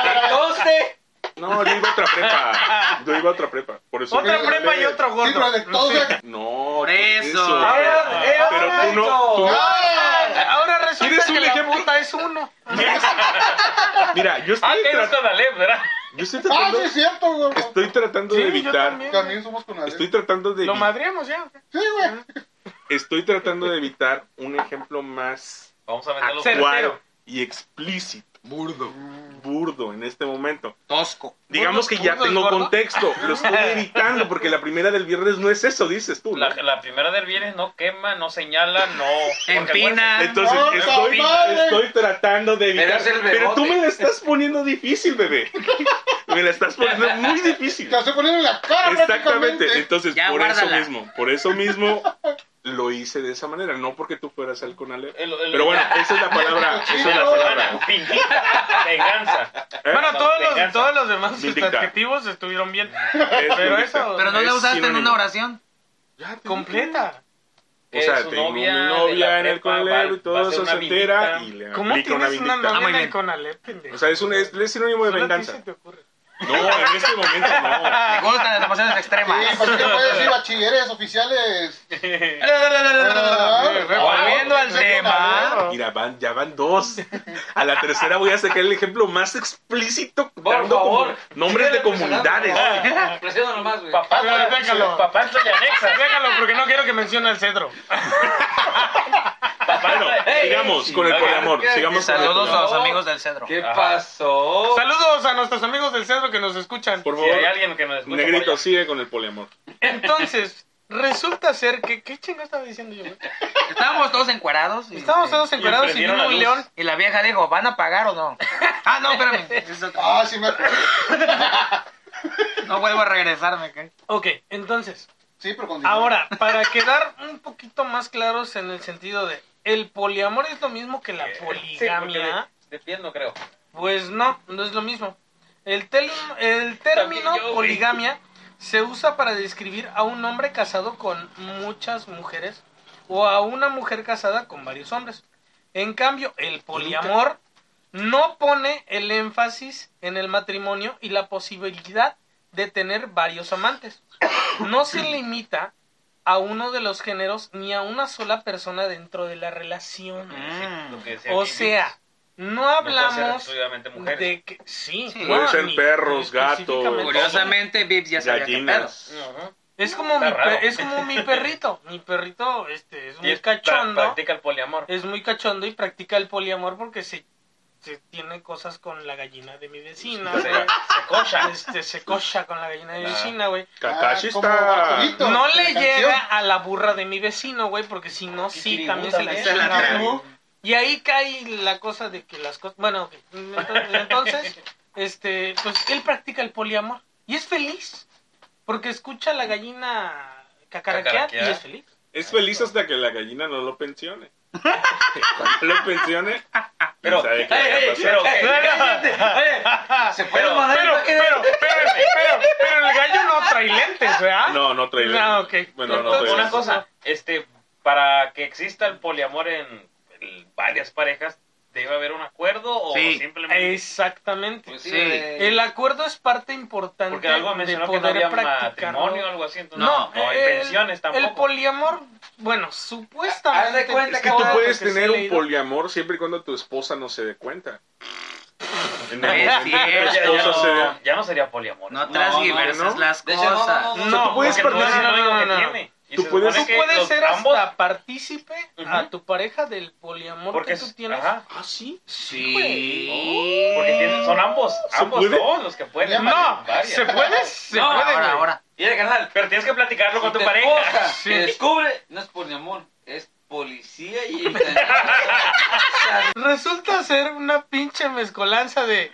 S6: Que conste.
S2: No, yo iba a otra prepa. Yo iba a otra prepa. Por eso
S4: Otra
S2: me
S4: prepa y
S2: acordé.
S4: otro
S5: Sí, pero de
S4: gordo.
S5: todo se-
S2: No,
S1: Por eso.
S6: Ahora, eh,
S2: Pero
S6: ahora
S2: tú no. tú no-
S5: Ah,
S4: Ahora resulta
S2: ¿Quieres
S4: que
S2: un
S4: la
S2: ejemplo?
S4: puta es uno.
S2: Mira, yo estoy,
S3: Ah, que eres
S2: trat-
S3: con Alep, ¿verdad?
S2: yo estoy
S5: Ah,
S2: tratando,
S5: sí, es cierto, güey.
S2: estoy tratando
S4: Sí,
S2: de
S4: yo
S2: evitar.
S4: también.
S5: También somos con la
S2: Estoy tratando de
S4: Lo
S2: evitar.
S4: madriamos ya.
S5: Sí, güey.
S2: estoy tratando de evitar un ejemplo más
S3: Vamos a meterlo.
S2: actual y explícito,
S8: Burdo.
S2: burdo en este momento.
S1: Tosco.
S2: Digamos que ya
S1: Burdo,
S2: tengo
S1: gordo.
S2: contexto, lo estoy evitando porque la primera del viernes no es eso, dices tú. ¿no?
S3: La, la primera del viernes no quema, no señala, no. porque
S1: Empina.
S3: acuérdense,
S2: Entonces
S5: ¡No,
S2: estoy,
S5: madre!
S2: estoy tratando de evitar.
S6: Pero es el
S2: Pero tú
S6: bebote.
S2: me la estás poniendo difícil, bebé. Me la estás poniendo muy difícil.
S5: Te la estoy poniendo en la cara
S2: Exactamente.
S5: prácticamente.
S2: Entonces,
S1: Ya,
S2: por
S1: guárdala.
S2: eso mismo, por eso mismo lo hice de esa manera, no porque tú fueras al Conalep.
S3: el- el-
S2: Pero bueno, esa es la palabra, esa es la palabra.
S3: Venganza. Venganza.
S2: ¿eh?
S4: Bueno,
S3: No,
S4: todos los,
S3: venganza.
S4: todos los demás
S2: Vindicta.
S4: adjetivos estuvieron bien.
S2: Es
S4: Pero
S2: bonita.
S4: eso-
S1: Pero no
S2: Es
S1: la usaste en
S2: sinónimo.
S1: una oración.
S2: Ya te
S4: Completa.
S2: dije. O
S3: Que
S2: sea,
S3: su
S2: tengo
S3: novia
S2: mi
S3: de
S2: novia
S3: la
S2: en el
S3: prepa va-
S2: Conalep y
S3: va a
S2: todo
S3: hacer
S2: eso
S3: una
S2: se entera y
S3: vindicta.
S2: le
S4: ¿Cómo
S2: aplica una
S4: tienes una
S2: vindicta.
S1: Ah,
S4: novia
S1: muy
S4: en el
S1: bien.
S4: Conalep, pendejo?
S2: O sea, es, un, es, es sinónimo de
S4: Solo a ti se
S2: venganza.
S4: te ocurre.
S2: No, en este momento no.
S1: Me gustan las emociones
S5: Sí,
S1: extremas.
S5: ¿por qué puedes decir bachilleres oficiales?
S4: Ah, eh,
S1: Volviendo al tema.
S2: Mira, van, ya van dos. A la tercera voy a sacar el ejemplo más explícito.
S6: Por
S2: dando como
S6: favor.
S2: Nombres de comunidades.
S6: Presiona nomás, güey.
S3: Papá,
S4: Ah, déjalo.
S3: papá le anexa.
S4: Déjalo, porque no quiero que mencione al cedro.
S2: Bueno, sigamos con el
S3: Oigan,
S2: poliamor.
S6: ¿qué-
S2: Sigamos con el
S1: Saludos a
S2: poliamor.
S1: los amigos del cedro.
S6: ¿Qué
S3: Ajá.
S6: pasó?
S4: Saludos a nuestros amigos del cedro que nos escuchan.
S2: Por
S3: Si hay
S2: favor,
S3: alguien que nos escucha. por
S2: negrito,
S3: allá.
S2: sigue con el poliamor.
S4: Entonces, resulta ser que. ¿Qué chingo estaba diciendo yo? güey?
S1: Estábamos todos encuerados. y- este,
S4: Estábamos todos encuerados y vino
S3: prendieron la
S4: un
S3: luz.
S4: león.
S1: Y la vieja dijo, ¿van a pagar o no? Ah, no, espérame. es otra.
S5: Ah, sí me acuerdo.
S1: No vuelvo a regresarme. ¿qué?
S4: Ok, entonces.
S5: Sí, pero continúa.
S4: Ahora, para quedar un poquito más claros en el sentido de. El poliamor es lo mismo que la
S3: Eh, Sí, porque
S4: poligamia.
S3: de, de piel no creo.
S4: Pues no, no es lo mismo. El, tel- el término
S3: También yo, güey.
S4: poligamia se usa para describir a un hombre casado con muchas mujeres o a una mujer casada con varios hombres. En cambio, el poliamor no pone el énfasis en el matrimonio y la posibilidad de tener varios amantes. No se limita a uno de los géneros ni a una sola persona dentro de la relación.
S1: Mm.
S3: pues, Lo que decía
S4: O
S3: Kimi.
S4: sea, no
S3: No puede ser
S4: hablamos
S3: exclusivamente mujeres.
S4: de que sí,
S1: Sí.
S2: Pueden
S4: no,
S2: ser
S4: ni-
S2: perros,
S4: ni específicamente.
S2: gatos.
S1: Curiosamente, Vips ya sabía qué pedo.
S2: Gallinas.
S3: Ujú.
S4: Es como
S3: Está
S4: mi
S3: raro.
S4: per- es como mi perrito, mi perrito este es
S3: Y
S4: muy
S3: es- pra-
S4: cachondo,
S3: Practica el poliamor.
S4: es muy cachondo y practica el poliamor porque se, se tiene cosas con la gallina de mi vecina,
S3: Se,
S4: güey.
S3: se cocha.
S4: este se cocha con la gallina de mi
S3: Claro.
S4: vecina, güey.
S2: Kakashi
S5: Ah, como
S2: está.
S5: Bartolito.
S4: No
S5: la
S4: le
S5: canción.
S4: llega a la burra de mi vecino, güey, porque si no sí
S3: Kikiribú
S4: también se la
S3: también.
S1: Se la
S4: chinga,
S1: trae.
S4: güey. Y ahí cae la cosa de que las cosas. Bueno, ok, entonces, entonces, este, pues él practica el poliamor y es feliz porque escucha a la gallina cacaraquear y
S3: Cacaraquear.
S4: es feliz.
S2: Es feliz hasta que la gallina no lo pensione. Cuando lo pensione,
S3: Pero,
S2: sabe qué
S3: ey,
S2: va a
S3: ey,
S2: pasar.
S3: pero, ey,
S6: ¿Se puede
S3: pero,
S6: mandar
S4: Pero,
S6: imágenes?
S4: pero, pero, pero, pero el gallo no trae lentes, ¿verdad?
S2: no, no trae.
S4: Ah, ok.
S2: Bueno, no
S4: Entonces,
S2: trae.
S3: una cosa, este, para que exista el poliamor en, en varias parejas, ¿debe haber un acuerdo o
S1: Sí.
S3: simplemente?
S4: Exactamente.
S6: Pues sí,
S1: Sí.
S6: eh,
S4: El acuerdo es parte importante
S3: Porque algo
S4: de
S3: mencionó que no
S4: poder
S3: había
S4: practicarlo.
S3: matrimonio o algo así. Entonces,
S4: No,
S3: no, no hay
S4: el-
S3: pensiones tampoco.
S4: El poliamor, bueno, supuestamente.
S6: Haz de cuenta
S2: Es que tú
S4: ahora lo
S2: puedes
S4: que sí
S2: tener
S4: he
S2: un
S4: leído-
S2: poliamor siempre y cuando tu esposa no se dé cuenta. En
S1: No
S2: el
S1: es
S2: momento que tu
S3: ya,
S1: cierto.
S3: ya no,
S2: esposa se dé.
S3: ya no sería poliamor.
S1: No
S2: no,
S1: transgiverses
S2: no.
S1: las
S6: De hecho, no,
S1: cosas.
S6: no, no, no.
S4: No,
S2: tú puedes
S4: porque no,
S2: perder-
S4: no, no, no, no.
S3: Y
S2: Tú
S3: se
S2: puedes-
S3: supone
S4: Tú
S3: que
S4: puedes
S3: los-
S4: ser
S3: ambos-
S4: hasta partícipe a
S3: Ujú.
S4: tu pareja del poliamor
S3: porque
S4: que tú
S3: es-
S4: tienes.
S3: ajá,
S2: Ah, sí.
S1: Sí.
S3: porque tienen- son ambos,
S2: ¿Se
S3: ambos
S2: puede?
S3: dos los que pueden.
S4: No,
S3: Varias.
S4: se puede, se
S6: No,
S4: puede.
S1: Ahora,
S4: güey.
S1: ahora.
S6: Mira, carnal,
S3: Pero tienes que platicarlo con
S6: si
S3: tu
S6: tu
S3: pareja.
S6: esposa
S4: Sí.
S6: te Oh. descubre, no es poliamor, es policía y...
S4: Ah,
S6: San-
S4: Resulta ser una pinche mezcolanza de.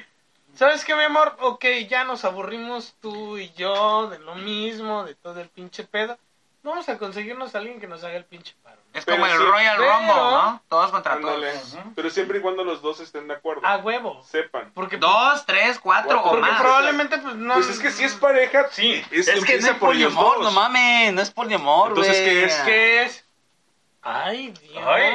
S4: ¿Sabes qué, mi amor? Ok, ya nos aburrimos tú y yo de lo mismo, de todo el pinche pedo. Vamos a conseguirnos a alguien que nos haga el pinche paro.
S1: Es
S2: Pero
S1: como el
S2: sí,
S1: Royal
S4: pero-
S1: Rumble, ¿no? Todos contra
S2: Ándale.
S1: todos.
S2: Pero siempre y cuando los dos estén de acuerdo.
S4: A huevo.
S2: Sepan.
S4: Porque,
S1: Dos, tres, cuatro o
S2: Porque
S4: porque
S1: más.
S4: probablemente, pues no.
S2: Pues es que si es pareja,
S3: Sí.
S2: es,
S6: Es que no
S2: empieza
S6: es
S2: por ellos
S6: poliamor,
S2: dos.
S6: no mames, no es poliamor, güey.
S2: Entonces, ¿qué es?
S4: ¿Qué es? Ay, Dios.
S3: Ay,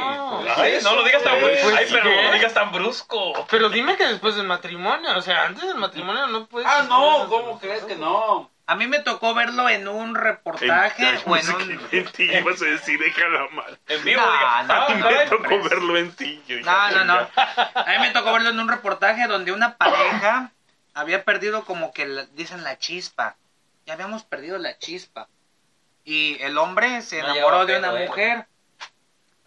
S3: ay,
S2: eso,
S3: no lo digas tan
S2: güey.
S3: brusco. ay,
S2: Pues,
S3: pero
S4: ¿qué?
S3: no lo digas tan brusco.
S4: Pero dime que después del matrimonio, o sea, antes del matrimonio no puedes.
S6: Ah, no, ¿cómo crees que no?
S1: A mí me tocó verlo en un
S2: En-
S1: reportaje
S2: ay,
S1: o en
S2: pensé
S1: un...
S2: que en ti ibas a decir, déjala mal.
S3: En vivo,
S1: No,
S3: diga,
S1: no,
S3: ah,
S2: Y
S1: no,
S2: me
S3: caray,
S2: tocó verlo en ti. yo dije,
S1: No, no, no.
S2: "Venga".
S1: A mí me tocó verlo en un reportaje donde una pareja había perdido como que la- dicen la chispa. Ya habíamos perdido la chispa. y el hombre se
S6: No
S1: enamoró de
S6: lleva
S1: una
S6: pedo, eh.
S1: mujer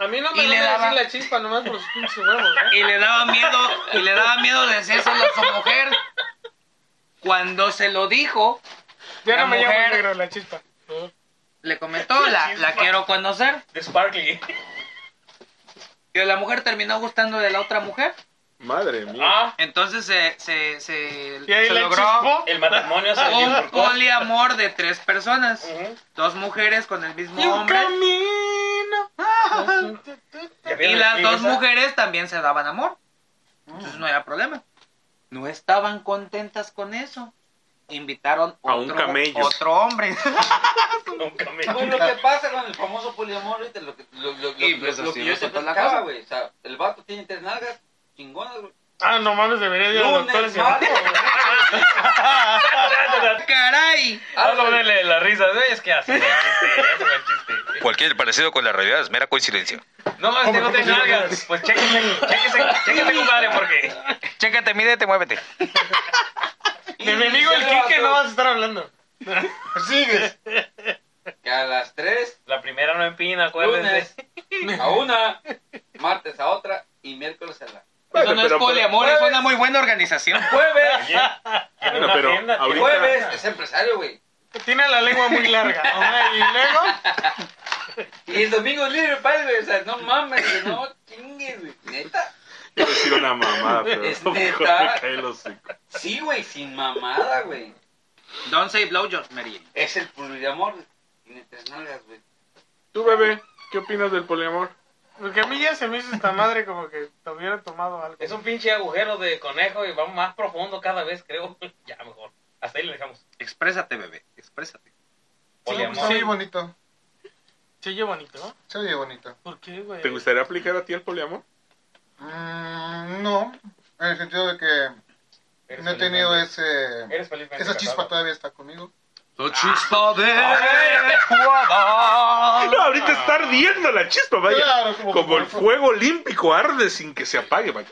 S4: A mí no
S1: Y
S4: me
S1: le
S4: van a
S1: daba-
S4: decir la chispa nomás por sus pinches huevos, ¿eh?
S1: y le daba miedo y le daba miedo decir eso a su mujer. Cuando se lo dijo,
S4: Ya
S1: La
S4: no me llamo
S1: mujer-
S4: negro la chispa. ¿no?
S1: le comentó, la, la quiero conocer.
S3: De Sparkly.
S1: Que la mujer terminó gustando de la otra mujer.
S2: Madre mía.
S3: Ah,
S1: Entonces se, se, se,
S4: Y ahí
S1: se
S4: la
S1: logró
S4: chispó.
S3: el matrimonio se
S1: un
S3: bifurcó.
S1: poliamor de tres personas.
S3: Ujú.
S1: Dos mujeres con el mismo
S4: Y un
S1: hombre.
S4: camino.
S3: Ya
S1: Y
S3: vieron
S1: las
S3: el
S1: dos
S3: clima,
S1: mujeres también se daban amor. Entonces no era problema. No estaban contentas con eso. Invitaron
S2: A un
S1: otro,
S2: camello.
S1: otro hombre.
S3: Nunca me...
S6: Pues lo que pasa con el famoso poliamor, ahorita, lo que, lo, lo, lo-
S1: Y, pues,
S6: lo- lo
S1: así
S6: que yo
S1: nos
S6: te
S1: contó la
S6: platicaba,
S1: cosa.
S6: güey. O sea, el vato tiene tres nalgas chingonas, güey.
S4: Ah, no mames, debería ir al doctor
S6: Lunes,
S4: ese
S6: martes,
S4: rato.
S1: Caray.
S4: Ah,
S3: Algo de la risa, ¿eh? es que hace el chiste, hace el chiste.
S8: Cualquier parecido con la realidad es mera coincidencia.
S3: No, más tengo tres nalgas. Pues chéquese, chéquese, chéquese, compadre, porque
S8: Chécate, mídete, muévete.
S4: De mi amigo el Quique no vas a estar hablando.
S5: Sigues.
S6: Que a las tres,
S3: la primera no empina, acuérdense.
S6: lunes a una, martes a otra y miércoles a la.
S1: Eso no es
S2: pero- pues,
S1: poliamor, es
S6: Jueves.
S1: una muy buena organización.
S6: Jueves,
S3: En
S2: Bueno,
S3: una
S2: pero
S3: tienda, tiene-
S2: ahorita-
S6: jueves, es empresario, güey.
S4: Tiene la lengua muy larga. Ajá, Y luego,
S6: Y el domingo es libre, padre, güey. O sea, no mames, güey, no chingues, güey. Neta.
S2: Iba a decir una mamada, pero
S6: Es
S2: mejor me
S6: neta.
S2: cae el hocico.
S6: Sí, güey, sin mamada, güey.
S1: Don't say blowjobs, Mary.
S6: Es el poliamor, güey. Tiene tres nalgas, güey.
S2: Tú, bebé, ¿qué opinas del poliamor?
S4: porque a mí ya se me hizo esta madre como que te hubiera tomado algo.
S3: Es un pinche agujero de conejo y vamos más profundo cada vez, creo. Ya, mejor. Hasta ahí le dejamos.
S1: Exprésate, bebé, exprésate.
S5: Se
S3: Poliamor.
S5: oye bonito.
S4: Se oye bonito, ¿no?
S5: Se oye bonito.
S4: ¿Por qué, güey?
S2: ¿Te gustaría aplicar a ti el poliamor?
S5: Mm, no. En el sentido de que
S3: Eres
S5: no he
S3: felizmente-
S5: tenido ese.
S3: Eres felizmente
S5: Esa chispa
S3: casado.
S5: todavía está conmigo.
S1: La chispa de...
S3: Ah.
S2: No, ahorita está ardiendo la chispa, vaya.
S5: Claro, como-
S2: como el fuego olímpico arde sin que se apague, vaya.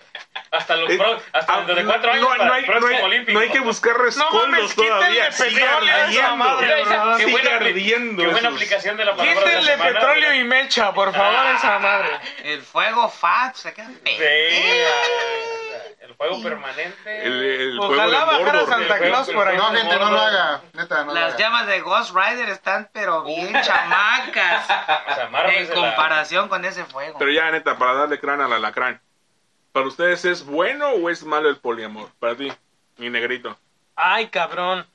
S3: Hasta los
S2: Eh,
S3: pro- hasta
S2: ah,
S3: dentro de cuatro años
S2: no,
S3: para
S2: no
S3: el
S2: hay, no,
S3: próximo
S2: hay,
S3: olímpico.
S2: no hay que buscar rescoldos
S4: mames, quítenle
S2: todavía. Sigue
S4: petróleo a esa
S2: ardiendo.
S4: madre,
S3: Mira, Isa, Qué
S2: Sigue
S3: buena, apli-
S2: ardiendo
S3: qué buena
S2: esos-
S3: aplicación de la palabra de la
S4: Quítenle
S3: semana,
S4: petróleo
S3: ¿verdad?
S4: y mecha, por favor, esa madre.
S1: El fuego fat, se queda
S3: Sí, la- el juego permanente.
S2: El,
S6: eh,
S2: el
S4: Ojalá
S2: juego de
S4: bajara
S2: Mordor.
S4: Santa Claus por ahí.
S5: No, gente, no lo haga. Neta, no lo
S1: Las
S5: haga.
S1: llamas de Ghost Rider están pero bien chamacas
S3: O sea,
S1: en
S3: amárrese la-
S1: comparación con ese fuego.
S2: Pero ya, neta, para darle crán al alacrán. ¿Para ustedes es bueno o es malo el poliamor? Para ti, mi negrito.
S4: Ay, cabrón.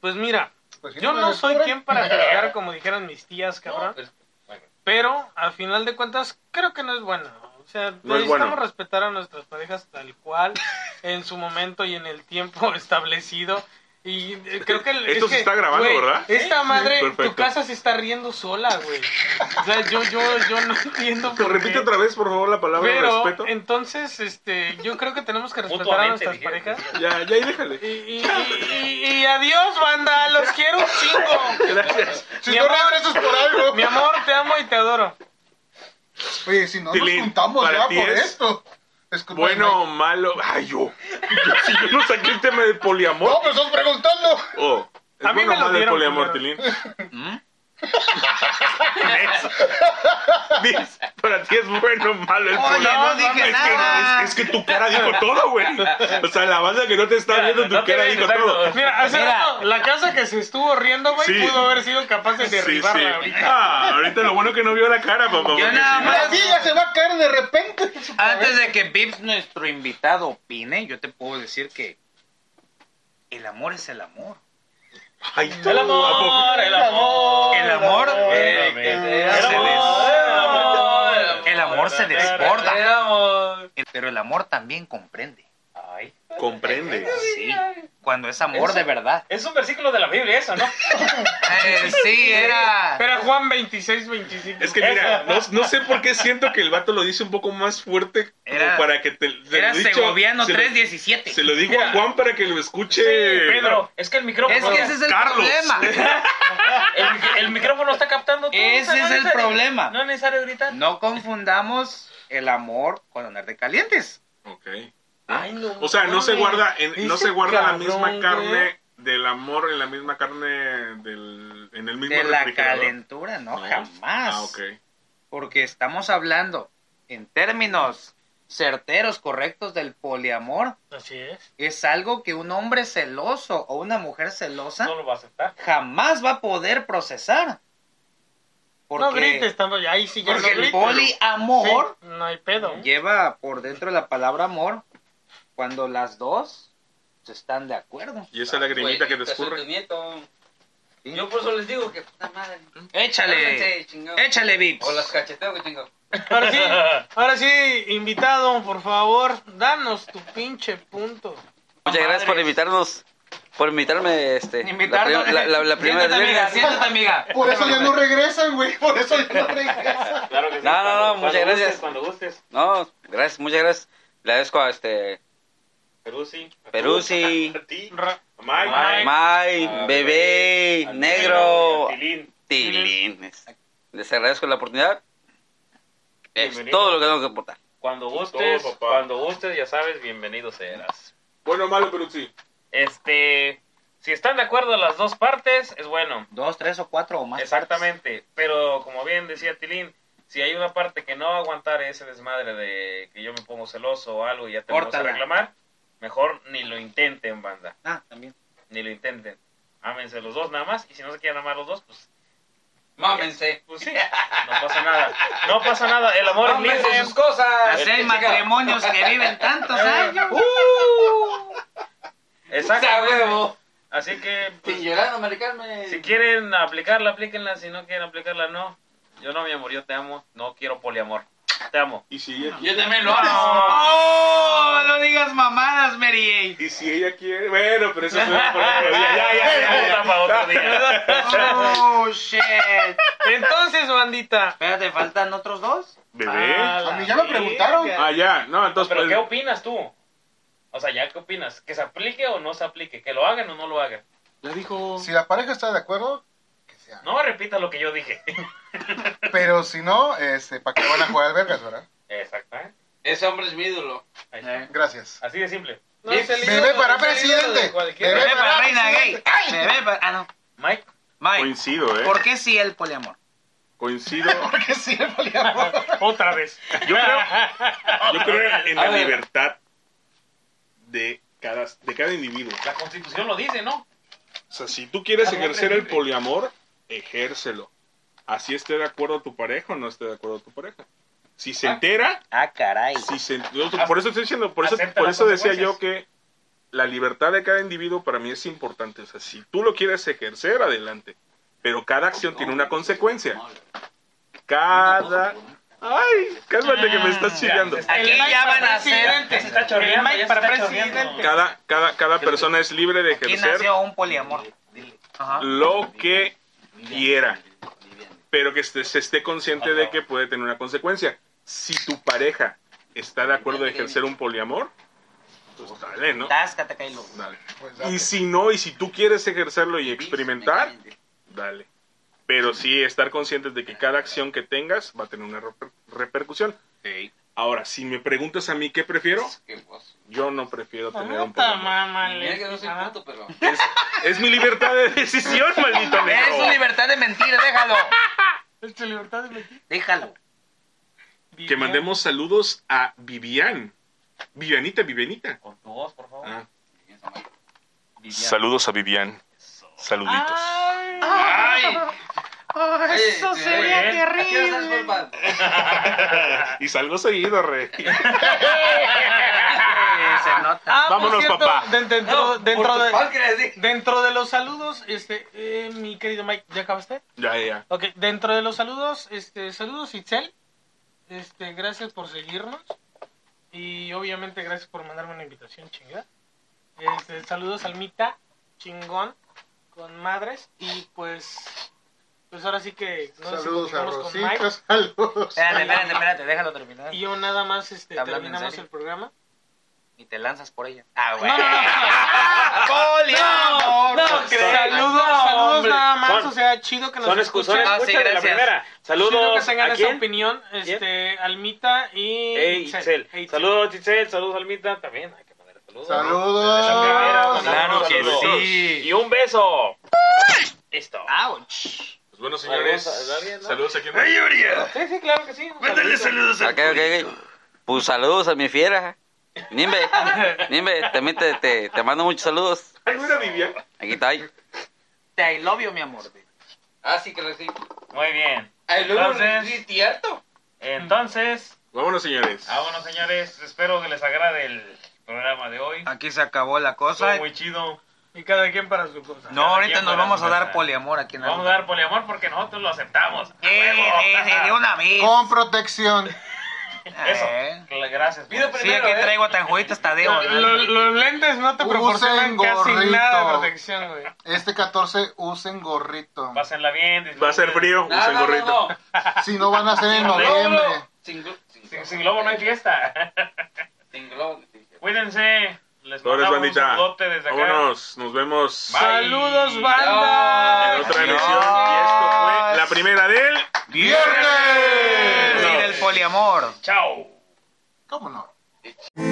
S4: Pues mira,
S5: Pues, si
S4: yo
S5: me
S4: no
S5: lo
S4: soy
S5: cobran,
S4: quien para juzgar, como dijeron mis tías, cabrón.
S3: pues, bueno.
S4: Pero, al final de cuentas, creo que no es bueno. O sea,
S2: No es
S4: necesitamos
S2: bueno.
S4: respetar a nuestras parejas tal cual, en su momento y en el tiempo establecido. Y eh, creo que... el-
S2: Esto
S4: es
S2: se
S4: que,
S2: está grabando,
S4: güey,
S2: ¿verdad?
S4: Esta madre,
S2: perfecto.
S4: tu casa se está riendo sola, güey. O sea, yo, yo, yo no entiendo
S2: Te
S4: por
S2: repite
S4: qué.
S2: otra vez, por favor, la palabra
S4: Pero,
S2: respeto.
S4: entonces, este, yo creo que tenemos que respetar a
S3: Mutuamente,
S4: nuestras
S3: dijeron.
S4: parejas.
S2: Ya, ya, ahí déjale.
S4: Y, y, y, y- y adiós, banda. Los quiero un chingo.
S2: Gracias.
S5: Si
S4: Mi
S5: no
S4: amor.
S5: regresas por algo.
S4: Mi amor, te amo y te adoro.
S5: Oye, si no nos
S2: Tilín,
S5: juntamos
S2: para
S5: ya
S2: ti
S5: por
S2: es
S5: esto. Es culpa de
S2: Bueno o
S5: Mike.
S2: malo. Ay, yo. Yo- Si yo no saqué el tema del poliamor.
S5: No, me estás preguntando.
S2: Oh, ¿es
S4: A mí
S2: bueno
S4: me lo
S2: o malo el
S4: dieron
S2: poliamor, Tilín?
S4: primero.
S1: ¿Mm?
S2: Dices, Para ti es bueno o malo el
S1: Oye,
S2: poliamor.
S1: no dije
S2: es,
S1: nada.
S2: Que, es, es que tu cara dijo todo, güey. O sea, la banda que no te está
S3: Ya,
S2: viendo, tu
S3: no te
S2: cara
S3: ves,
S2: dijo
S3: exacto.
S2: todo.
S4: Mira, hace
S1: Mira.
S4: rato, la casa que se estuvo riendo, güey,
S2: Sí.
S4: pudo haber sido capaz de derribarla ahorita.
S2: Ah, ahorita lo bueno que no vio la cara, papá. porque
S1: nada
S2: si no-
S1: más-
S5: Así ya se va a caer de repente.
S1: Antes de que Vips, nuestro invitado, opine, yo te puedo decir que el amor es el amor.
S2: Ay,
S3: El amor, el amor.
S1: El amor,
S3: eh,
S1: eh,
S3: eh,
S1: se
S3: el amor, el amor.
S1: El amor se desborda.
S3: El amor.
S1: Eh, Pero el amor también comprende.
S3: Ay,
S2: Comprende.
S1: Sí, cuando es amor
S3: Eso-
S1: de verdad.
S3: es un versículo de la Biblia eso, ¿no?
S1: Eh, sí, era...
S4: Pero Juan 26, 25.
S2: Es que mira, no, no sé por qué siento que el vato lo dice un poco más fuerte como
S1: Era-
S2: para que te. se
S1: Era
S2: lo dicho-
S1: Segoviano
S2: se lo-
S1: 317.
S2: Se lo digo a Juan para que lo escuche.
S3: Pedro, es que el micrófono...
S1: Es que ese es el
S2: Carlos.
S1: problema.
S3: El, el micrófono está captando todo.
S1: Ese
S3: o sea, no
S1: es el
S3: necesario-
S1: problema.
S3: No es necesario gritar.
S1: No confundamos el amor con andar de calientes.
S2: Ok.
S3: Ay, no.
S2: O sea, no Este se guarda, en- no
S4: Ese
S2: se guarda la
S4: cabrón,
S1: ¿eh?
S2: misma
S4: güey.
S2: carne del amor en la misma carne del, en el mismo
S1: De la
S2: refrigerador?
S1: calentura, no,
S2: No.
S1: jamás.
S2: Ah, ok.
S1: Porque estamos hablando en términos certeros, correctos del poliamor.
S4: Así es.
S1: Es algo que un hombre celoso o una mujer celosa
S3: No lo va a aceptar.
S1: jamás va a poder procesar. Porque,
S4: No grites, tampoco. Ahí sí ya no
S1: porque el
S4: grites.
S1: poliamor
S4: Sí, no hay pedo.
S1: lleva por dentro la palabra amor cuando las dos se están de acuerdo.
S2: Y esa lagrimita que te escurre.
S6: descurre. Yo por eso les digo que puta madre.
S1: Échale,
S6: Cálmense, chingado.
S1: échale, Vips.
S6: O las cacheteo que chingo.
S4: Ahora sí, ahora sí, invitado, por favor, danos tu pinche punto.
S1: Madre.
S6: Muchas gracias por invitarnos. Por invitarme, este.
S1: Invitarlo.
S6: La, prim- la, la- la primera
S1: Siéntate, amiga,
S6: vez.
S1: siéntate, amiga.
S5: Por eso ya no regresan, güey. Por eso ya no regresan.
S3: Claro que sí.
S6: No, no,
S3: cuando-
S6: no, muchas
S3: cuando
S6: gracias.
S3: gustes, cuando gustes.
S6: No, gracias, muchas gracias. Le agradezco a este.
S3: Perusi. a
S6: Perusi.
S3: tú, A ti.
S4: Ra-
S3: A Mike.
S4: Mike.
S6: May,
S3: a
S6: bebé,
S3: al
S6: negro,
S3: y a Tilín.
S6: tilines. Les agradezco la oportunidad. Es
S3: Bienvenido.
S6: todo lo que tengo que aportar.
S3: Cuando gustes,
S2: Todo, papá.
S3: cuando gustes, ya sabes, bienvenido serás.
S2: Bueno, malo, pero sí.
S3: Este, si están de acuerdo las dos partes, es bueno.
S1: Dos, tres o cuatro o más.
S3: Exactamente. Pero como bien decía Tilín, si hay una parte que no va a aguantar ese desmadre de que yo me pongo celoso o algo y ya tenemos que
S1: Córtala.
S3: reclamar, mejor ni lo intenten, banda.
S1: Ah, también.
S3: Ni lo intenten. Ámense los dos nada más. Y si no se quieren amar los dos, pues
S6: Mámense.
S3: Pues sí, no pasa nada. No pasa nada, el amor es libre.
S1: pues,
S6: cosas.
S1: Hacer Ah, matrimonios que viven tantos años. pues,
S3: Exacto. Así que, pues,
S6: Sin llorar, no maricarme.
S3: si quieren aplicarla, aplíquenla. Si no quieren aplicarla, no. Yo no, mi amor, yo te amo. No quiero poliamor. Te amo.
S2: Y si
S1: Ah,
S2: ella,
S6: Yo también lo amo.
S1: Uh, ¡Oh! No digas mamadas, Mary
S2: y si ella quiere. Bueno, pero eso es por otro día. Ya, ya, ya, ya.
S3: Puta pa' otro día.
S1: Jane. ¡Oh, shit!
S4: Entonces, bandita.
S1: Espérate, ¿faltan otros dos?
S2: Bebé.
S5: A mí Ah, ya me preguntaron.
S2: Ah, ya. No, entonces.
S3: Pero, ¿qué
S2: pues,
S3: opinas tú? O sea, ¿ya qué opinas? ¿Que se aplique o no se aplique? ¿Que lo hagan o no lo hagan?
S2: Ya dijo.
S5: Si la pareja está de acuerdo, que sea.
S3: No repita lo que yo dije.
S5: Pero si no, este, ¿para qué van a jugar al vergas, verdad?
S3: Exactamente.
S6: Ese hombre es mi ídolo.
S3: Ahí
S5: Eh.
S3: está.
S5: Gracias.
S3: Así de simple.
S4: No es el
S5: Bebé
S4: ídolo,
S5: para
S4: es el ídolo de
S5: presidente.
S4: cualquiera.
S5: Bebé
S1: Bebé para
S5: para
S1: reina gay.
S5: presidente. ¡Ay!
S1: Bebé para. Ah, no.
S3: Mike,
S1: Mike,
S2: Coincido, ¿eh?
S1: ¿por qué sí el poliamor?
S2: Coincido.
S5: Porque sí, el poliamor.
S4: Otra vez.
S2: Yo creo, yo creo en
S6: A
S2: la
S6: ver.
S2: libertad de cada, de cada individuo.
S3: la constitución lo dice, ¿no?
S2: O sea, si tú quieres ejercer el poliamor, ejércelo. Así esté de acuerdo tu pareja o no esté de acuerdo tu pareja. Si se entera,
S1: Ah, caray.
S2: si se yo- por eso estoy diciendo, por eso,
S3: Acepta
S2: por
S3: las
S2: eso decía yo
S3: consecuencias.
S2: que la libertad de cada individuo para mí es importante. O sea, si tú lo quieres ejercer, adelante. Pero cada acción tiene una consecuencia. Cada... Ay, cálmate que me estás chillando.
S1: Aquí ya van a ser.
S3: Ya se está chorreando,
S4: El Mike
S3: ya se
S4: para
S3: está chorreando.
S4: presidente.
S2: Cada, cada, cada persona es libre de
S1: Aquí
S2: ejercer
S1: nació un poliamor. Ajá.
S2: lo que quiera, pero que este- se esté consciente de que puede tener una consecuencia. Si tu pareja está de acuerdo en ejercer un poliamor, pues dale, ¿no?
S1: Táscate, Kylo.
S2: Dale.
S5: Pues,
S2: Y
S5: date.
S2: si no, y si tú quieres ejercerlo y experimentar, dale. Pero sí estar conscientes de que cada acción que tengas va a tener una reper- repercusión. Ahora, si me preguntas a mí qué prefiero,
S6: Qué vos.
S2: yo no prefiero
S1: Ah,
S2: tener un
S4: Puta
S2: poliamor.
S4: mamá. Ah,
S6: Mira que no soy puto, pero.
S2: Es, es mi libertad de decisión, maldito
S1: Es su
S2: negro.
S1: libertad de mentir, déjalo.
S4: Es tu libertad de mentir.
S1: Déjalo.
S2: Que mandemos saludos a Vivian. Vivianita, Vivianita.
S3: Con tu voz, por favor.
S2: Ah.
S3: Viviana.
S2: Saludos a Vivian. Saluditos. Ah,
S1: Ay.
S6: Eso
S3: sería
S6: terrible.
S2: Y salgo seguido, rey.
S1: Se nota.
S4: Ah, por
S2: Vámonos, papá.
S4: den- Dentro, dentro, de,
S6: de.
S4: dentro de los saludos, este, eh, mi querido Mike, ¿ya acabaste?
S2: Ya, ya.
S4: Ok, dentro de los saludos, este, saludos Itzel. Este, gracias por seguirnos. Y obviamente gracias por mandarme una invitación chingada. Este, saludos Almita, chingón, con madres. Y pues, pues ahora sí que nos
S5: Saludos a
S4: encontramos con Mike.
S5: Rosita, saludos.
S1: Espérate, espérate, espérate, déjalo terminar.
S4: Y yo nada más este,
S1: Hablando en
S4: terminamos
S1: serio.
S4: el programa.
S1: Y te lanzas por ella. Ah,
S4: No, no, no.
S1: Poliamor.
S4: No,
S1: Son-
S4: saludos,
S3: no,
S4: saludos
S3: hombre.
S4: nada más,
S3: Son-
S4: o sea, chido que nos
S3: Son
S4: escuchen.
S3: excusores,
S1: Ah, sí,
S3: escucha de la
S1: gracias.
S3: primera.
S4: Chido que
S3: Saludos
S4: tengan
S3: a
S4: esa
S3: quién?
S4: opinión, este, Almita y
S3: Eh, Itzel.
S4: E Itzel.
S3: Saludos, Itzel. Saludos, Almita. También hay que poner Saludos.
S5: Saludos.
S3: Desde la primera, mandamos
S8: Claro que
S3: saludos.
S8: sí.
S3: Y un beso. Listo.
S1: ¡Auch!
S2: Pues bueno, señores,
S3: Saludos a- ¿está bien, no?
S2: saludos a quien
S8: ¡Ay, Uriah!
S4: Sí, sí, claro que sí. un
S8: Mándale
S4: saludito.
S8: saludos a
S9: Ok, ok, ok. Pues saludos a mi fiera. Nimbe, Nimbe, también te, te, te mando muchos saludos.
S2: Ah, ¿No era Vivian?
S9: Aquí está. ahí.
S1: Te I love you, mi amor.
S6: Ah, sí, que lo sí.
S3: Muy bien.
S6: Ay, luego,
S3: Entonces-
S6: sí, cierto.
S3: Entonces,
S2: Vámonos, señores.
S3: vámonos Ah, señores. Espero que les agrade el programa de hoy.
S1: Aquí se acabó la cosa.
S3: Estuvo muy chido.
S4: Y cada quien para su cosa.
S1: No, ahorita
S3: Aquí
S1: nos vamos a
S3: para-
S1: dar poliamor aquí en
S3: Nos Vamos a dar poliamor porque nosotros lo aceptamos. Ah, ¡A
S1: Eh,
S3: huevo!
S1: eh, eh, de una vez.
S5: Con protección.
S3: Eso.
S1: Eh.
S3: Gracias.
S6: Pido
S3: pues.
S1: Sí, aquí traigo a Tanjuelita hasta Deo.
S4: ¿eh? Lo- los lentes no te
S5: Usen
S4: proporcionan casi
S5: gorrito.
S4: nada de protección, güey.
S5: Este 14 usen gorrito.
S3: Pásenla bien. disfruten.
S2: Va a ser frío,
S6: No,
S2: usen
S6: no, no,
S2: gorrito.
S6: no.
S5: Si no van a ser en
S3: No, no, no.
S5: noviembre.
S6: Sin, glo- sin,
S3: Sin, sin globo no hay fiesta.
S6: sin globo.
S3: Cuídense. Les
S2: Flores,
S3: mandamos un
S2: bandita.
S3: saludote desde acá.
S2: Vámonos, nos vemos
S3: Bye.
S4: Saludos,
S6: Bye.
S4: banda.
S2: en otra emisión. Y esto fue la primera del...
S1: ¡Viernes! Y del poliamor.
S3: Chao.
S5: ¿Cómo no?
S6: Sí.